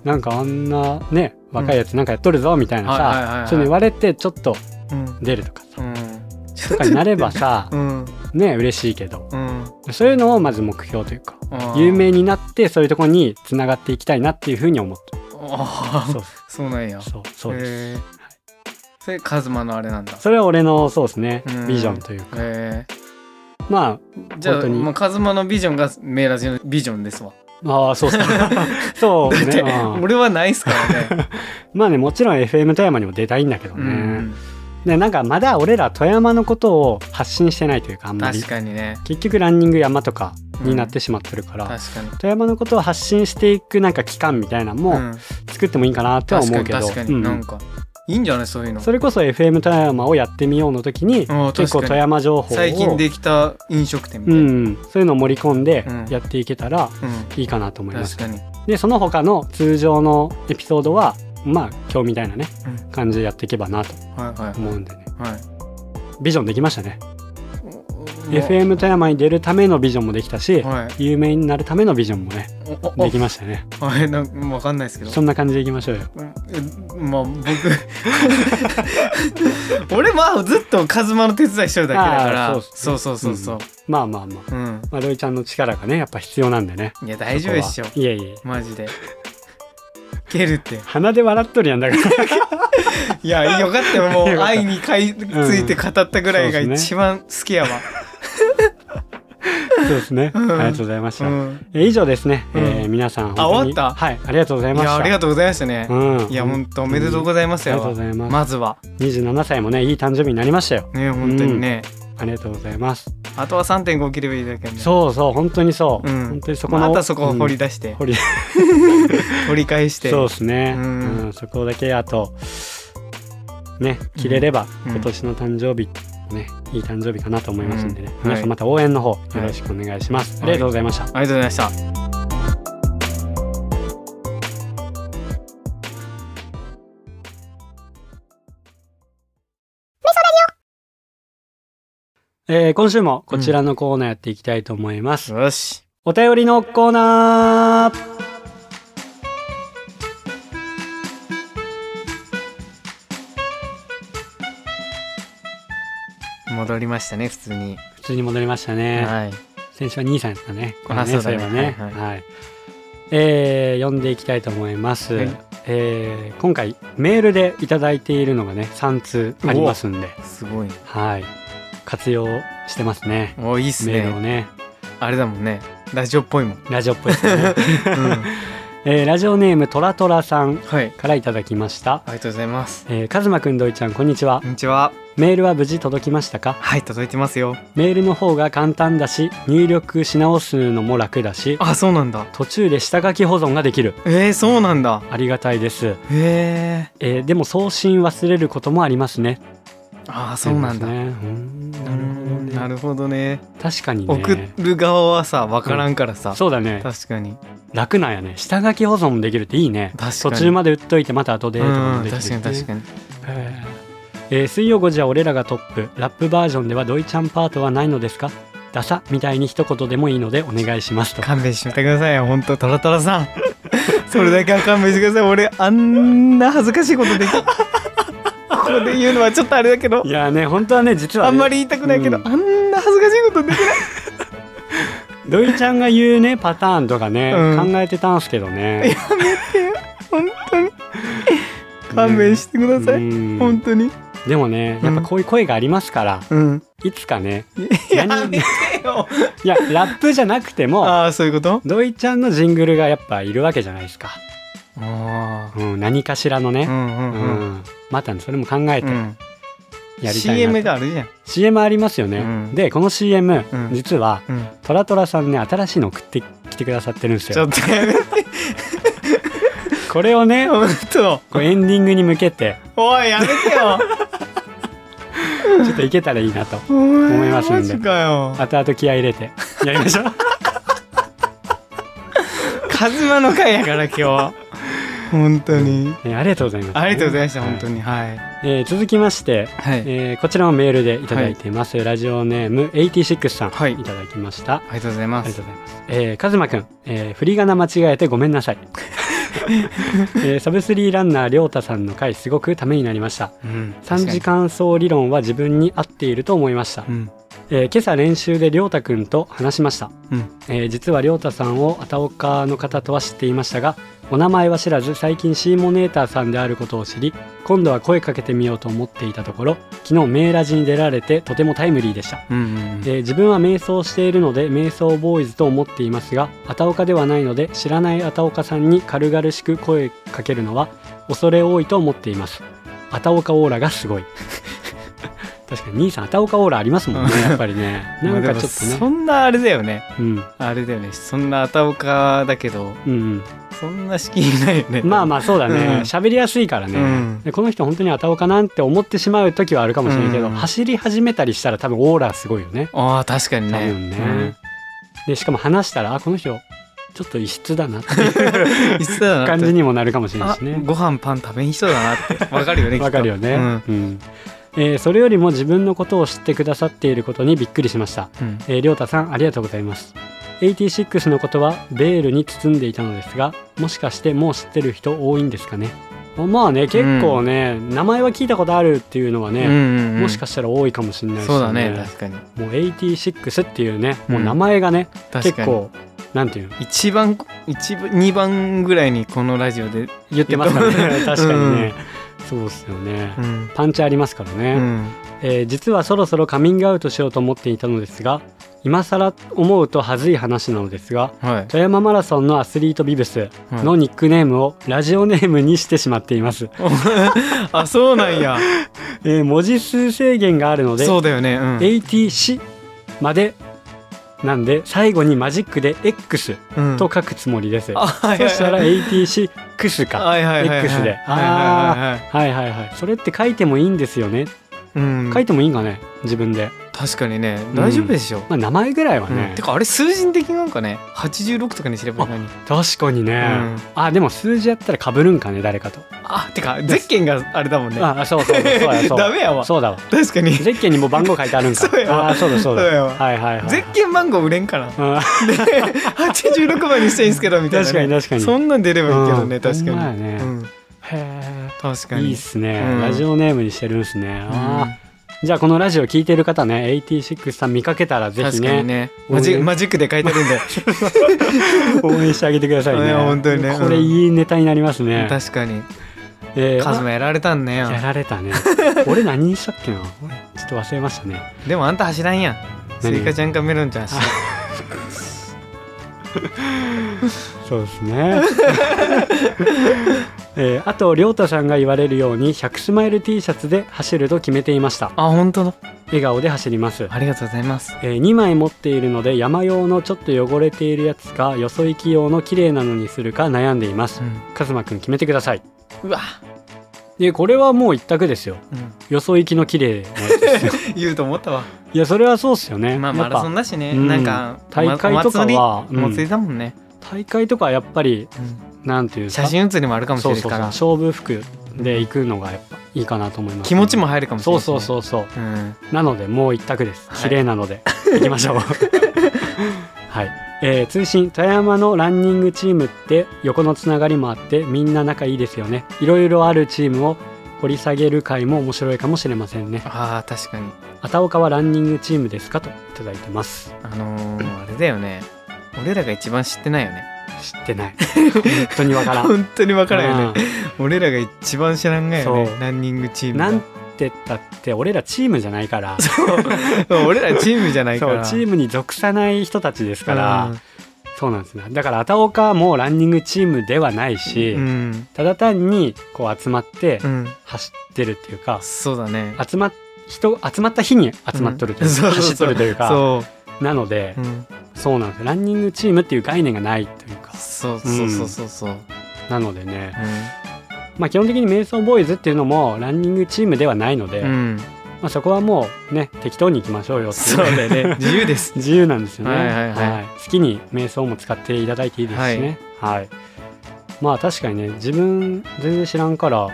な、
なんかあんなね若いやつなんかやっとるぞみたいな
はいはいはいは
さ
い
そういうの言われてちょっと
うんうん
出るとかさ
うん、ち
とかになれば
<laughs>
さ
うん
ね嬉しいけど
うん
そういうのをまず目標というか
あー
有名になってそういうところにつながっていきたいなっていうふうに思ってる
あ
そう
あそうなんや
そうそうです、
へえそれカズマのあれなんだ
それは俺のそうですね
うん
ビジョンというか
へえ
ま
じゃ
本
あ
当に
もうカズマのビジョンがメイラジのビジョンですわ
あああそ
<laughs>
うそうそう
だって
ね、うん
俺はないっすから
<laughs>
ね
まあねもちろん FM 富山にも出たいんだけど
う
ね、
ん
でなんかまだ俺ら富山のことを発信してないというかあんまり
確かにね
結局ランニング山とかになってしまってるから、
確かに
富山のことを発信していくなんか期間みたいなの
う
も
ん
作ってもいいかなとは
確か
思う
に
けど、
確かに
うん
なんかいいんじゃないそういうの
それこそ FM 富山をやってみようの時に
ああ
結
確
構
かに
富山情報を
最近できた飲食店みた
う
いな、
ん、そういうのを盛り込んで
うん
やっていけたら
うん
いいかなと思います
確。かに
でその他の通常のエピソードはまあ今日みたいなね、
うん
感じでやっていけばなと
はいは
思うんでね
いはい
ビジョンできましたね。
お
FM 富山に出るためのビジョンもできたし、
おはい
有名になるためのビジョンもね
おお
できましたね。
おはいなんかわかんないですけど
そんな感じでいきましょうよ。
うんえまあ僕 <laughs> 俺まあずっとカズマの手伝いしてるだけだか
あ
ら
ーそ
そうそうそうそう
まあまあま
う
あ。
ん、
まあ、ロイちゃんの力がねやっぱ必要なんでね
いや大丈夫でしょ
そこはいえいえ
マジで蹴るって
鼻で笑っとるやんだ
<laughs>
から
いやよかった
<laughs>
よもう
よかった
愛にかいついて語ったぐらいが
うんそうですね
一番好きやわ、
そうですね、
うん
あ <laughs> りがとうございまし
う
た、
ん、
え以上ですね、えー
う
皆さん本当
あ
に
終わった
はいありがとうござい
い
ました
やありがとうございましたね、
うん、
いや本当おめでとうございます
あり
よ、
がとうございます、
まずは
27歳もねいい誕生日になりましたよ
ね本当にね、
ありがとうございます、
あとは3.5切ればいいだけね
そうそう本当にそう、
うん
本当にそこの、
またそこを掘り
出
出して、
掘 <laughs> り
掘り返して
そうですね、う
うんん
そこだけあとね切れれば、
うん
今年の誕生日ねいい誕生日かなと思いますんでね、
うん
皆さ
は
ん
い
また応援の方よろしくお願いします、ありがとうございました、
ありがとうございました
えー今週もこちらのコーナーやっていきたいと思います、
よし
お便りのコーナー
戻りましたね普通に、
普通に戻りましたね、
はい
先週は兄さんですかね。これ
あ
ね
そうだ
そうい
ね
えばね、は
はいい
えー読んでいきたいと思います、
はい
えー今回メールでいただいているのがね3通ありますんです
ごいね
はい活用してますね
おいいっす
メール
ね
をね
あれだもんねラジオっぽいもん、
ラジオっぽいですね、
<laughs> うん、
<laughs> えーラジオネームトラトラさん
はい
からいただきました
ありがとうございます
えー、カズマくんどいちゃんこんにちは
こんにちは
メールは無事届きましたか
はい届いてますよ
メールの方が簡単だし入力し直すのも楽だし
あそうなんだ
途中で下書き保存ができる
えー、そうなんだ
ありがたいです、
へえ
えーでも送信忘れることもありますね
あーそうなんだ、
ありますねうん
なるほどねなるほどね
確かにね
送る側はさ分からんからさ、
そうだね
確かに
楽なんやね下書き保存もできるっていいね
確かに
途中まで打っといてまた後でとかも
うん
できる
確
し
か
ね
に確かに
へーえー水曜5時は俺らがトップラップバージョンではドイちゃんパートはないのですかダサみたいに一言でもいいのでお願いしますと
勘弁してくださいよ本当トラトラさ
<laughs>
んそれだけは勘弁してください俺あんな恥ずかしいことできここで言うのはちょっとあれだけど
いやーね本当はね実は
あ
ね
んまり言いたくないけど、
うん
あんな恥ずかしいことできない
ドイちゃんが言うねパターンとかね、
うん
考えてたんすけどね
本当に勘弁してください、
うん
本当に
でもねやっぱこういう声がありますから、
うん
いつかね
<laughs> や
何
めて
<laughs>
よ
いやラップじゃなくても
ああそういうこと
ドイちゃんのジングルがやっぱいるわけじゃないですか、
あ
うん、何かしらの
あう
ね、
んう
うん
んうん、
またねそれも考えて
う
や
ん
りたい
CM
なと、
があるじゃん、
CM ありますよね、
うん
でこの CM、
うん
実は
うん、
トラトラさんね新しいの送ってきてくださってるんです
ちょ
よ
っとやめて
これをね
本当
こうエンディングに向けて
おいやめてよ
ちょっといけたらいいなと
思
いますん
マ
で
ジかよ
後々気合い入れてやり
<laughs>
ましょう
カズマの回やから今日は本当に
えーありがとうございます
ありがとうございました
は
本当にはい
えー続きまして、
はい
えーこちらもメールでいただいています、ラジオネーム86さん、、
はいい
ただきました
ありがとうございま
ありが
す
とうございます。えー、カズマくん、えー振り仮名間違えてごめんなさい。 <laughs> えーサブスリーランナーりょうたさんの回すごくためになりました。
うん
三時間走理論は自分に合っていると思いました
う。ん
えー今朝練習でりょうたくんと話しました。
うん
えー実はりょうたさんをアタオカの方とは知っていましたが、お名前は知らず最近シーモネーターさんであることを知り、今度は声かけてみようと思っていたところ、昨日メーラジに出られてとてもタイムリーでした。
うんうん
えー自分は瞑想しているので瞑想ボーイズと思っていますがアタオカではないので知らないアタオカさんに軽々しく声かけるのは恐れ多いと思っていますアタオカオーラがすごい <laughs> 確かに兄さんアタオカオーラありますもんね
うん
やっぱりねなん
<laughs> まあ
か
でも
ちょっと
そ
ね
んなあれだよね
うん
あれだよねそんなあたおかだけど
うん
そんな敷居ないよね
うん、 <laughs> まあまあそうだ
うん
ね喋、りやすいからね、
うん
でこの人本当にアタオカなんて思ってしまう時はあるかもしれないけど、
うん
走り始めたりしたら多分オーラすごいよね
ああ確かにね
多分ね、でしかも話したらあこの人ちょっと異質だなっていう
うんいつだな
感じにもなるかもしれないし
あ
ね
ご飯パン食べん人だなってわかる
<laughs>
よねきっと
わかるよね、
う
うん
ん
えーそれよりも自分のことを知ってくださっていることにびっくりしました、
うん
えー、りょうたさんありがとうございます86のことはベールに包んでいたのですがもしかしてもう知ってる人多いんですかねまあね結構ね、名前は聞いたことあるっていうのは
うん
ね、
うんうん
もしかしたら多いかもしれないし、
そうだね確かに
もう86っていうねもううん名前がね、
確か
結
に
構なんていうの
一番一番二番ぐらいにこのラジオで、
言ってますから
言っ
ね
て
<laughs> 確かにね、そうっすよね、
うん
パンチありますからね、
うん、
えー実はそろそろカミングアウトしようと思っていたのですが今更思うと恥ずい話なのですが
はい
富山マラソンのアスリートビブスのニックネームをラジオネームにしてしまっています、
あそうなんや
えー文字数制限があるので
そうだよねうん、
ATC までなんで最後にマジックで X
うん
と書くつもりです、
あはい
そしたら ATC クスか
はいはいはいはい
X で
はいはいはいはい
はいはいはいそれって書いてもいいんですよね、
うん
書いてもいいんかね自分で、
確かにね大丈夫でしょ、
まあ、名前ぐらいは
うん
ね、
てかあれ数字にできなんかね86とかにすればいいのに
確かにね、
うん
あでも数字やったら被るんかね誰かと、
あてかゼッケンがあれだもんね
ああそうそうそうそうやそ
<laughs>
う
ダメやわ
そうだわ
確かにゼ
ゼッケンにも番号書いてあるんか
そうやわ
あそうだそうだ
そうやわ
はいはいはい
ッケン番号売れんから
うん
86番にしていいんすけどみたいなね、
確かに確かに
そんなん出ればいいけどね、
うん
確か
ほんまや
に、
ね
うん、
へ
確か
え
に
いいっすね、
うん
ラジオネームにしてるんすね、
うん
あじゃあこのラジオ聞いてる方ね86さん見かけたらぜひ
確か
ね
にねマジ
応援
マジックで書いてるんで
応援してあげてくださいね
ね本当にね
これいいネタになります <laughs> ね、
確かに
えー
カズマやられたんねよ
やられ
<laughs>
たね俺何したっけな俺ちょっと忘れましたね
でもあんた走らんやんス
何
イカちゃんかメロンちゃん走らん
そうで
<laughs>
すね、えーあと亮太さんが言われるように100スマイル T シャツで走ると決めていました
あ本当だ
笑顔で走ります
ありがとうございます
え2枚持っているので山用のちょっと汚れているやつかよそ行き用の綺麗なのにするか悩んでいます
うん
カズマくん決めてくださいう
わ、
でこれはもう一択ですよ
うん、
よそ行きの綺麗なや
<laughs>
つですよ
言うと思ったわ
いやそれはそうっすよね、
まあ
や
マ
っ
ラ
ぱ
ソンだしね
うん
なんか
大会とかは
お祭り
うん
お祭りだもんね、
大会とかやっぱり
うん
なんていうか
写真写りもあるかもしれない
そう
から
そうそう勝負服で行くのがやっぱいいかなと思います
気持ちも入るかもしれ
そ
な
う
いしね、
そうそうそう
う、うん、
なのでもう一択です
はい
綺麗
<laughs>
なので、行きましょう <laughs> はい、えー通信富山のランニングチームって横のつながりもあってみんな仲いいですよねいろいろあるチームを掘り下げる回も面白いかもしれませんね
あー確かに
あたおかはランニングチームですかといただいてます
あのー、あれだよね俺らが一番知ってないよね
知ってない本当にわから
<laughs>
ん
本当に分からんよね
ね
俺らが一番知らんがよ
そう
ねランニングチームが
なんてったって俺らチームじゃないから
<laughs> 俺らチームじゃないか
そう
ら
チームに属さない人たちですから、
うん
そうなんですねだから片岡もランニングチームではないし、
うん、
ただ単にこう集まって
うん、
走ってるっていうか、
そうだね
集まっ人集まった日に集まっとるというか、
うんそうそう
走っとるというか
そ
なので、
う、うん、
そうなんですランニングチームっていう概念がないというか
そうそうそうそうそう、うん
なのでね、まあ、基本的に瞑想ボーイズっていうのもランニングチームではないので、
う
ま
ん、
あ、そこはもうね適当に行きましょうよってい
そうだ
<laughs>
ね自由です
自由なんですよね、
はいはいはい
好きに瞑想も使っていただいていいですしね、はいまあ確かにね自分全然知らんから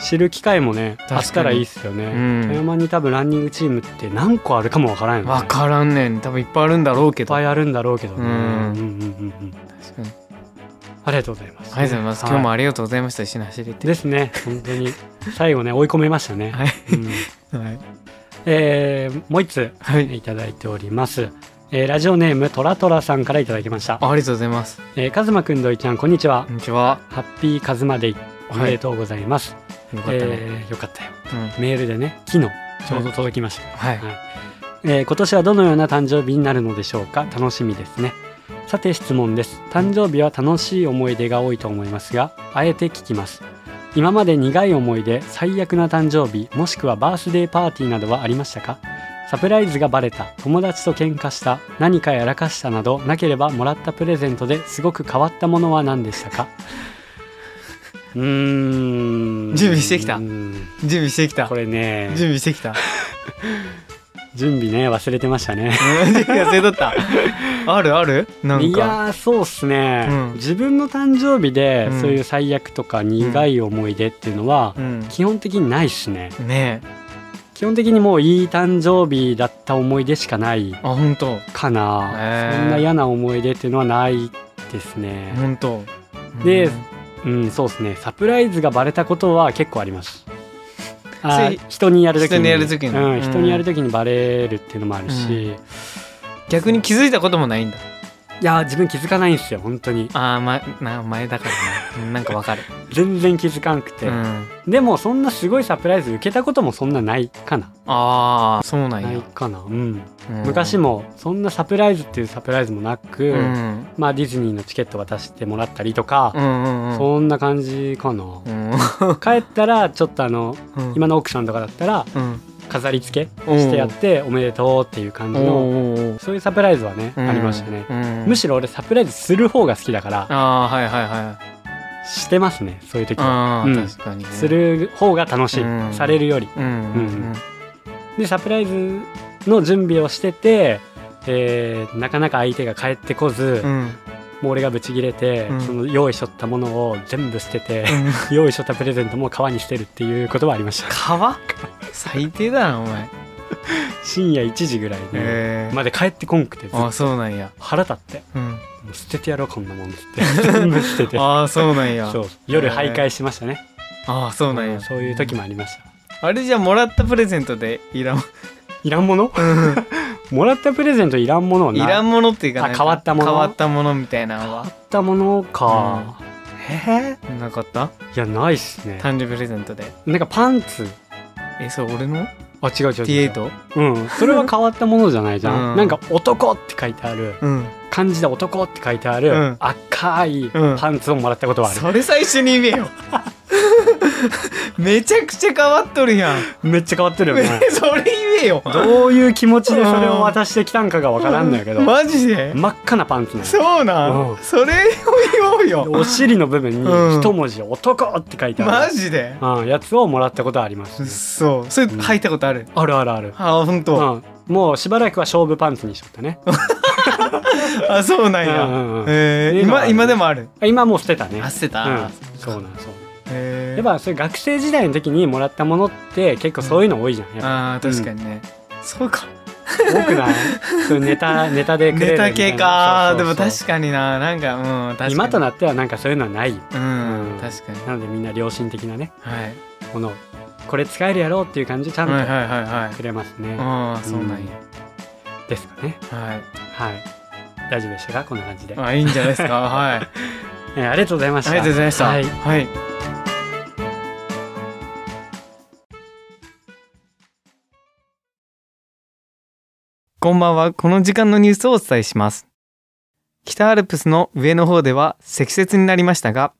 知る機会もね
か
あ
に
ったらいいっすよね、
うん
富山に多分ランニングチームって何個あるかもわからんよね
分からんねん多分いっぱいあるんだろうけ
いっ
ど
ぱ
あ
いあるんだろうけどね、
うん
うんうんうんうん
確かに
ありがとうございます、
ありがとうございます、
は
今日もありがとうございました石の走りて
ですね本当に最後ね追い込めましたね、
はい
うん
はい、
えーもう一つ
はい、
いただいております、えーラジオネームトラトラさんからいただきました、
あありがとうございます
えー、カズマくんどいちゃんこんにちは
こんにちは
ハッピーカズマデイおめでとうございます。
よかったね、
えーよかったよ。
うん
メールでね、昨日ちょうど届きました。
はい
はいえー今年はどのような誕生日になるのでしょうか。楽しみですね。さて質問です。誕生日は楽しい思い出が多いと思いますが、あえて聞きます。今まで苦い思い出、最悪な誕生日、もしくはバースデーパーティーなどはありましたかサプライズがバレた、友達と喧嘩した、何かやらかしたなど、なければもらったプレゼントですごく変わったものは何でし
<laughs>
たかうーん。
準備してきた
うーん
準備してきた
これね、
準備してきた <laughs>
準備ね、忘れてましたね。
準備忘れとったあるあるなん
い
か
やーそうっすね、
うん
自分の誕生日で、
うん
そういう最悪とか苦い思い出っていうのは、
うん
基本的にないっすね
ねえ
基本的にもういい誕生日だった思い出しかない
あ本当
かな、
へー
そんな嫌な思い出っていうのはないですね
本当
で
うん
うん、そうっすねサプライズがバレたことは結構ありますあ
それ
ー人にやるときに
人にやる時に
うん、
うん
人にやるときにバレるっていうのもあるし、い
逆に気づいたこともないんだ
やー自分気づかないんですよ本当に
ああまな前だから
<laughs>
ななんかわかる
全然気づかんくて、
うん
でもそんなすごいサプライズ受けたこともそんなないかな。
ああそうなんや、
ないかな。うん。
うん
昔もそんなサプライズっていうサプライズもなく、
うん
まあディズニーのチケット渡してもらったりとか
う、んうんうん
そんな感じかな。
うん
帰ったらちょっとあの、
うん
今の奥さんとかだったら
うん
飾り付けしてやっておめでとうっていう感
お
じ
う
の、
おうおう
そういうサプライズはね、
うん
ありましたね。
うん
むしろ俺サプライズする方が好きだから、
ああーはいはいはい
してますね、そういう時は。
ああ、
うん
確かにね
する方が楽し
うん
い。されるより。
うんうんうん
でサプライズの準備をしてて、えーなかなか相手が帰ってこず、
う
も
ん
う俺がブチギレて、
うん
その用意しとったものを全部捨てて、
うん
用意しとったプレゼントも川に捨てるっていうことはありまし
<laughs>
た <laughs>
川最低だなお前
深夜1時ぐらいに、
ええ
まで帰ってこんくてずっ
あ
と
あそうなんや
腹立って
うん
もう捨ててやろうこんなもんっつって
<laughs>
全部捨てて
ああそうなんや
そう夜
へー
徘徊しましたね、
ああそうなん
うん
や
そういう時もありました、
あれじゃもらったプレゼントでいらん
いらんものもらったプレゼントいらんも
<laughs>
の
い
な
らんものっていうか
あ
なんか
変わったもの
変わったものみたいなの
あ
は
ったものか、
えーなかった
いやないっすね
誕生日プレゼントで
なんかパンツ
えそれ俺の
あ違う違う違う
T8?
うんそれは変わったものじゃないじゃん、
うん
なんか「男」って書いてある
うん
漢字で「男」って書いてある、
うん
赤い
うん
パンツをもらったことはある、
それ最初に言えよ <laughs> めちゃくちゃ変わっとるやん
めっちゃ変わってるよね
<laughs> それ言えよ
<laughs> どういう気持ちでそれを渡してきたんかがわからんのやけど、
マジで
真っ赤なパンツね
そうなん、
うん
それを言おうよ
お尻の部分に
うん
一文字「男」って書いてある、
マジで
うん、やつをもらったことはありま
うっ
す、
そうそれ
うん
履いたことある、
あるあるある、
ああほん
う
と、
ん、もうしばらくは勝負パンツにしとったね
あそうなんや、
うんうんうん
えー
っていうのはあ
今
る
今でもある
あ今もう捨てたね
あ捨てた、
うん、そうなんそう
え
やっぱそういう学生時代の時にもらったものって結構そういうの多いじゃん、やっ
あー確かにね、そうか
ぱ多くないそういう
<laughs>
ネタネタでくれる
ネ
みたい
タ
な
系かでも
か
確かにななんかうん確かに
今となってはなんかそういうのはない
うん、
うん
確かに
なのでみんな良心的なね
はい
ものこれ使えるやろうっていう感じでちゃ
はいはい
ん
はいは
と
い
くれますね、
ああそうなんや、
ですかね
はい
はい大丈夫でしたかこんな感じで、
あいいんじゃないですかはいあ
えーありがとうございまし
り
た
がとうございました
はい
はいこんばんはこの時間のニュースをお伝えします北アルプスの上の方では積雪になりましたが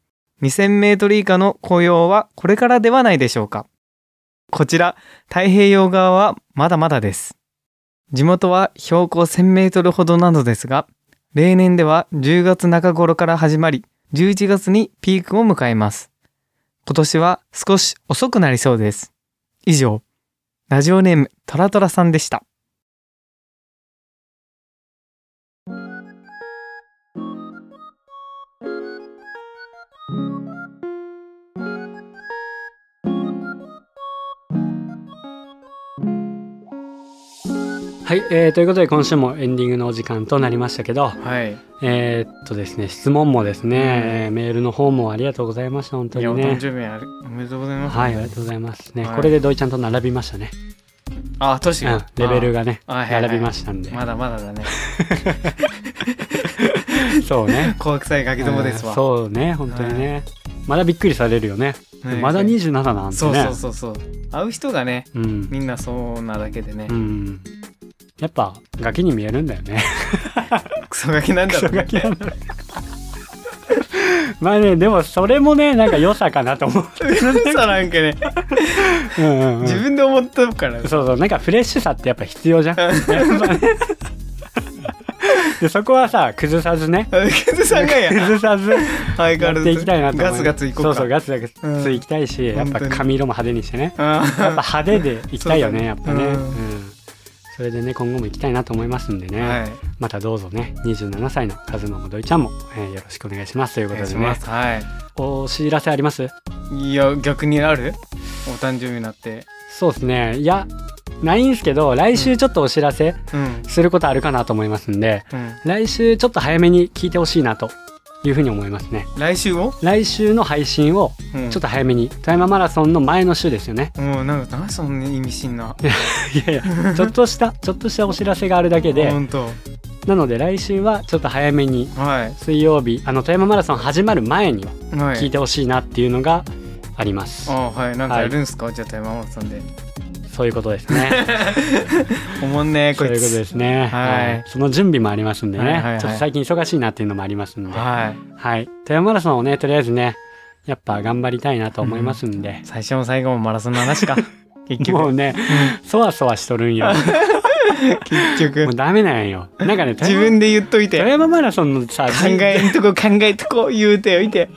2000メートル以下の紅葉はこれからではないでしょうかこちら太平洋側はまだまだです地元は標高1000メートルほどなのですが例年では10月中頃から始まり11月にピークを迎えます今年は少し遅くなりそうです以上ラジオネームトラトラさんでした
はいえーということで今週もエンディングのお時間となりましたけど
はい
えーっとですね質問もですね、えーメールの方もありがとうございました本当
いや
に
お
ね
誕生日ありおめでとうございます、
はい、ありがとうございますね。
はい
これで土井ちゃんと並びましたね。
あ確
う
か
ん
に、
レベルがね、
あはいはい
並びましたんで。
まだまだ
<laughs>
だね
そうね。
怖くさいガキどもですわ、
うんそうね、本当にね。まだびっくりされるよね。
ね
まだ27なんて
そう
ね。
そうそうそう会う人がね
うん。
みんなそうなだけでね、
うん。やっぱガキに見えるんだよね。
クソガキなんだろうね
ガキなんだ。 <laughs> まあね、でもそれもね、なんか良さかなと思う。
さなんかね
うんうんう
<laughs>
ん
自分で思ったから
そうそうなんかフレッシュさってやっぱ必要じゃ <laughs> ん。やっぱねでそこはさ崩さずね
<laughs> ケズさんが
<laughs>
や
崩さず
相変わら
やっ
ず
ていきたいなと思いま
ガ
す
ツガツいこうか
そうそうガツガツ
うん
いきたいし、やっぱ
本当に
髪色も派手にしてねや
あ
っぱ派手
<laughs>
でいきたいよねやっ
そう
ぱ
だ
ね、
ね
う
うんん
それでね今後も行きたいなと思いますんでね、
ーはい
またどうぞね27歳のカズノもドイちゃんも、えーよろしくお願いしますという
お
こ
願
と
いし
で
ま
ね
すはい
お知らせあります
いや逆にあるお誕生日になって
そうですねいやないんですけど来週ちょっとお知らせ
うん
することあるかなと思いますんで、
うん
来週ちょっと早めに聞いてほしいなというふうに思いますね
来週も、
来週の配信を
うん、
ちょっと早めに富山マラソンの前の週ですよね
もうなんか何そんな意味深ない
や
<laughs>
いや、ちょっとした、ちょっとしたお知らせがあるだけで、
本当
なので来週はちょっと早めに、
は
水曜日、あの、富山マラソン始まる前に
いはい
聞いてほしいなっていうのがあります。
あはいなんかやるんすか、じゃあ山本さんで
そういうことですね。
おもんね <laughs>
そ
こい
ういう
つ
ことですね。
はい
その準備もありますんでね、
はいはいはい
ちょっと最近忙しいなっていうのもありますんで、
は
はい。富山マラソンをね、とりあえずね、やっぱ頑張りたいなと思いますんで
い、最初も最後もマラソンの話
<laughs>
か結
もう
局
ね、そわそわしとるんよ。
結
も
局
うダメなんよ。なんかね、富
<laughs> 自
山
分で言っとい
富
て
山マラソンのさ、
考えんとこ考えとこ言うておいて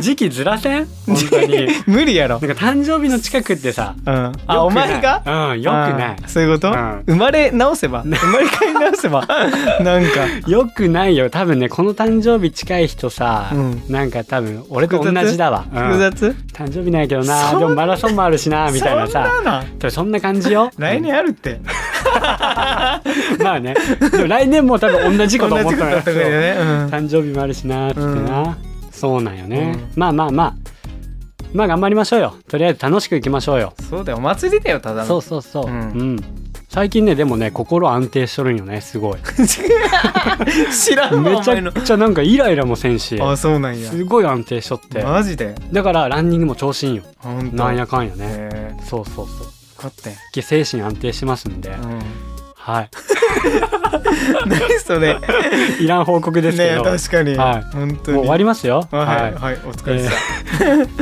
時期ずらせん本当
<laughs>
に。
無理やろ
なんか誕生日の近くってさ、
うん
よくない
あお前が
うん、よくな
あーそういうこと、
うん
生まれ直せば生まれ変え直せ
<laughs>
ばなんか
い。よくないよ。多分ね、この誕生日近い人さ、
うん
なんか多分、俺と同じだわ。うん
複雑
誕生日なんやけどな、
そん
で
な
もマラソンもあるしな、みたいな
そ
さ
ん。なな
多分そんな感じよ。
来年あるって
うんまあね。でも来年も多分同じこ
同
と
じことだ
思ったの
ったから
よ。
ね
誕生日もあるしな、ってな。そうなんよね。まあまあまあ。まあ頑張りましょうよとりあえず楽しくいきましょうよ
そうだよお祭りだよただの
そうそうそう、う
うんん
最近ねでもね心安定しとるんよねすごい
<laughs> 知らんわ
<laughs> め
お
ち
前
ゃ
の
くちゃなんかイライラもせんし
あそうなんや
すごい安定しとって
マジで
だからランニングも調子いいんよ
ほんと
なんやかんや
へ
ね
え
そうそうそう
分かってん
け精神安定してますんで、
うん
はい <laughs>
何 <laughs> それ
いらん報告ですけ
ね
ど、
確かに
はい
本当
もう
に
終わりますよ
はいはいお疲れ様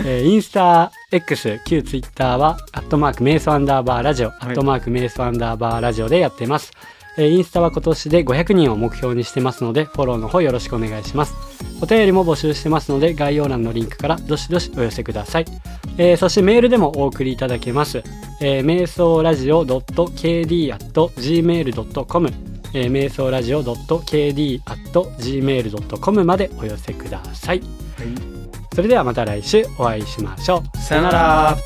えーインスタ X 旧ツイッターは「アットマーク瞑想アンダーバーラジオ」「アットマーク瞑想アンダーバーラジオ」でやってます、えーインスタは今年で500人を目標にしてますのでフォローの方よろしくお願いしますお便りも募集してますので概要欄のリンクからどしどしお寄せください、えーそしてメールでもお送りいただけます、えー、瞑想ラジオ .kd.gmail.com えー、瞑想ラジオ .kd.gmail.com までお寄せください。それではまた来週お会いしましょう。
さよなら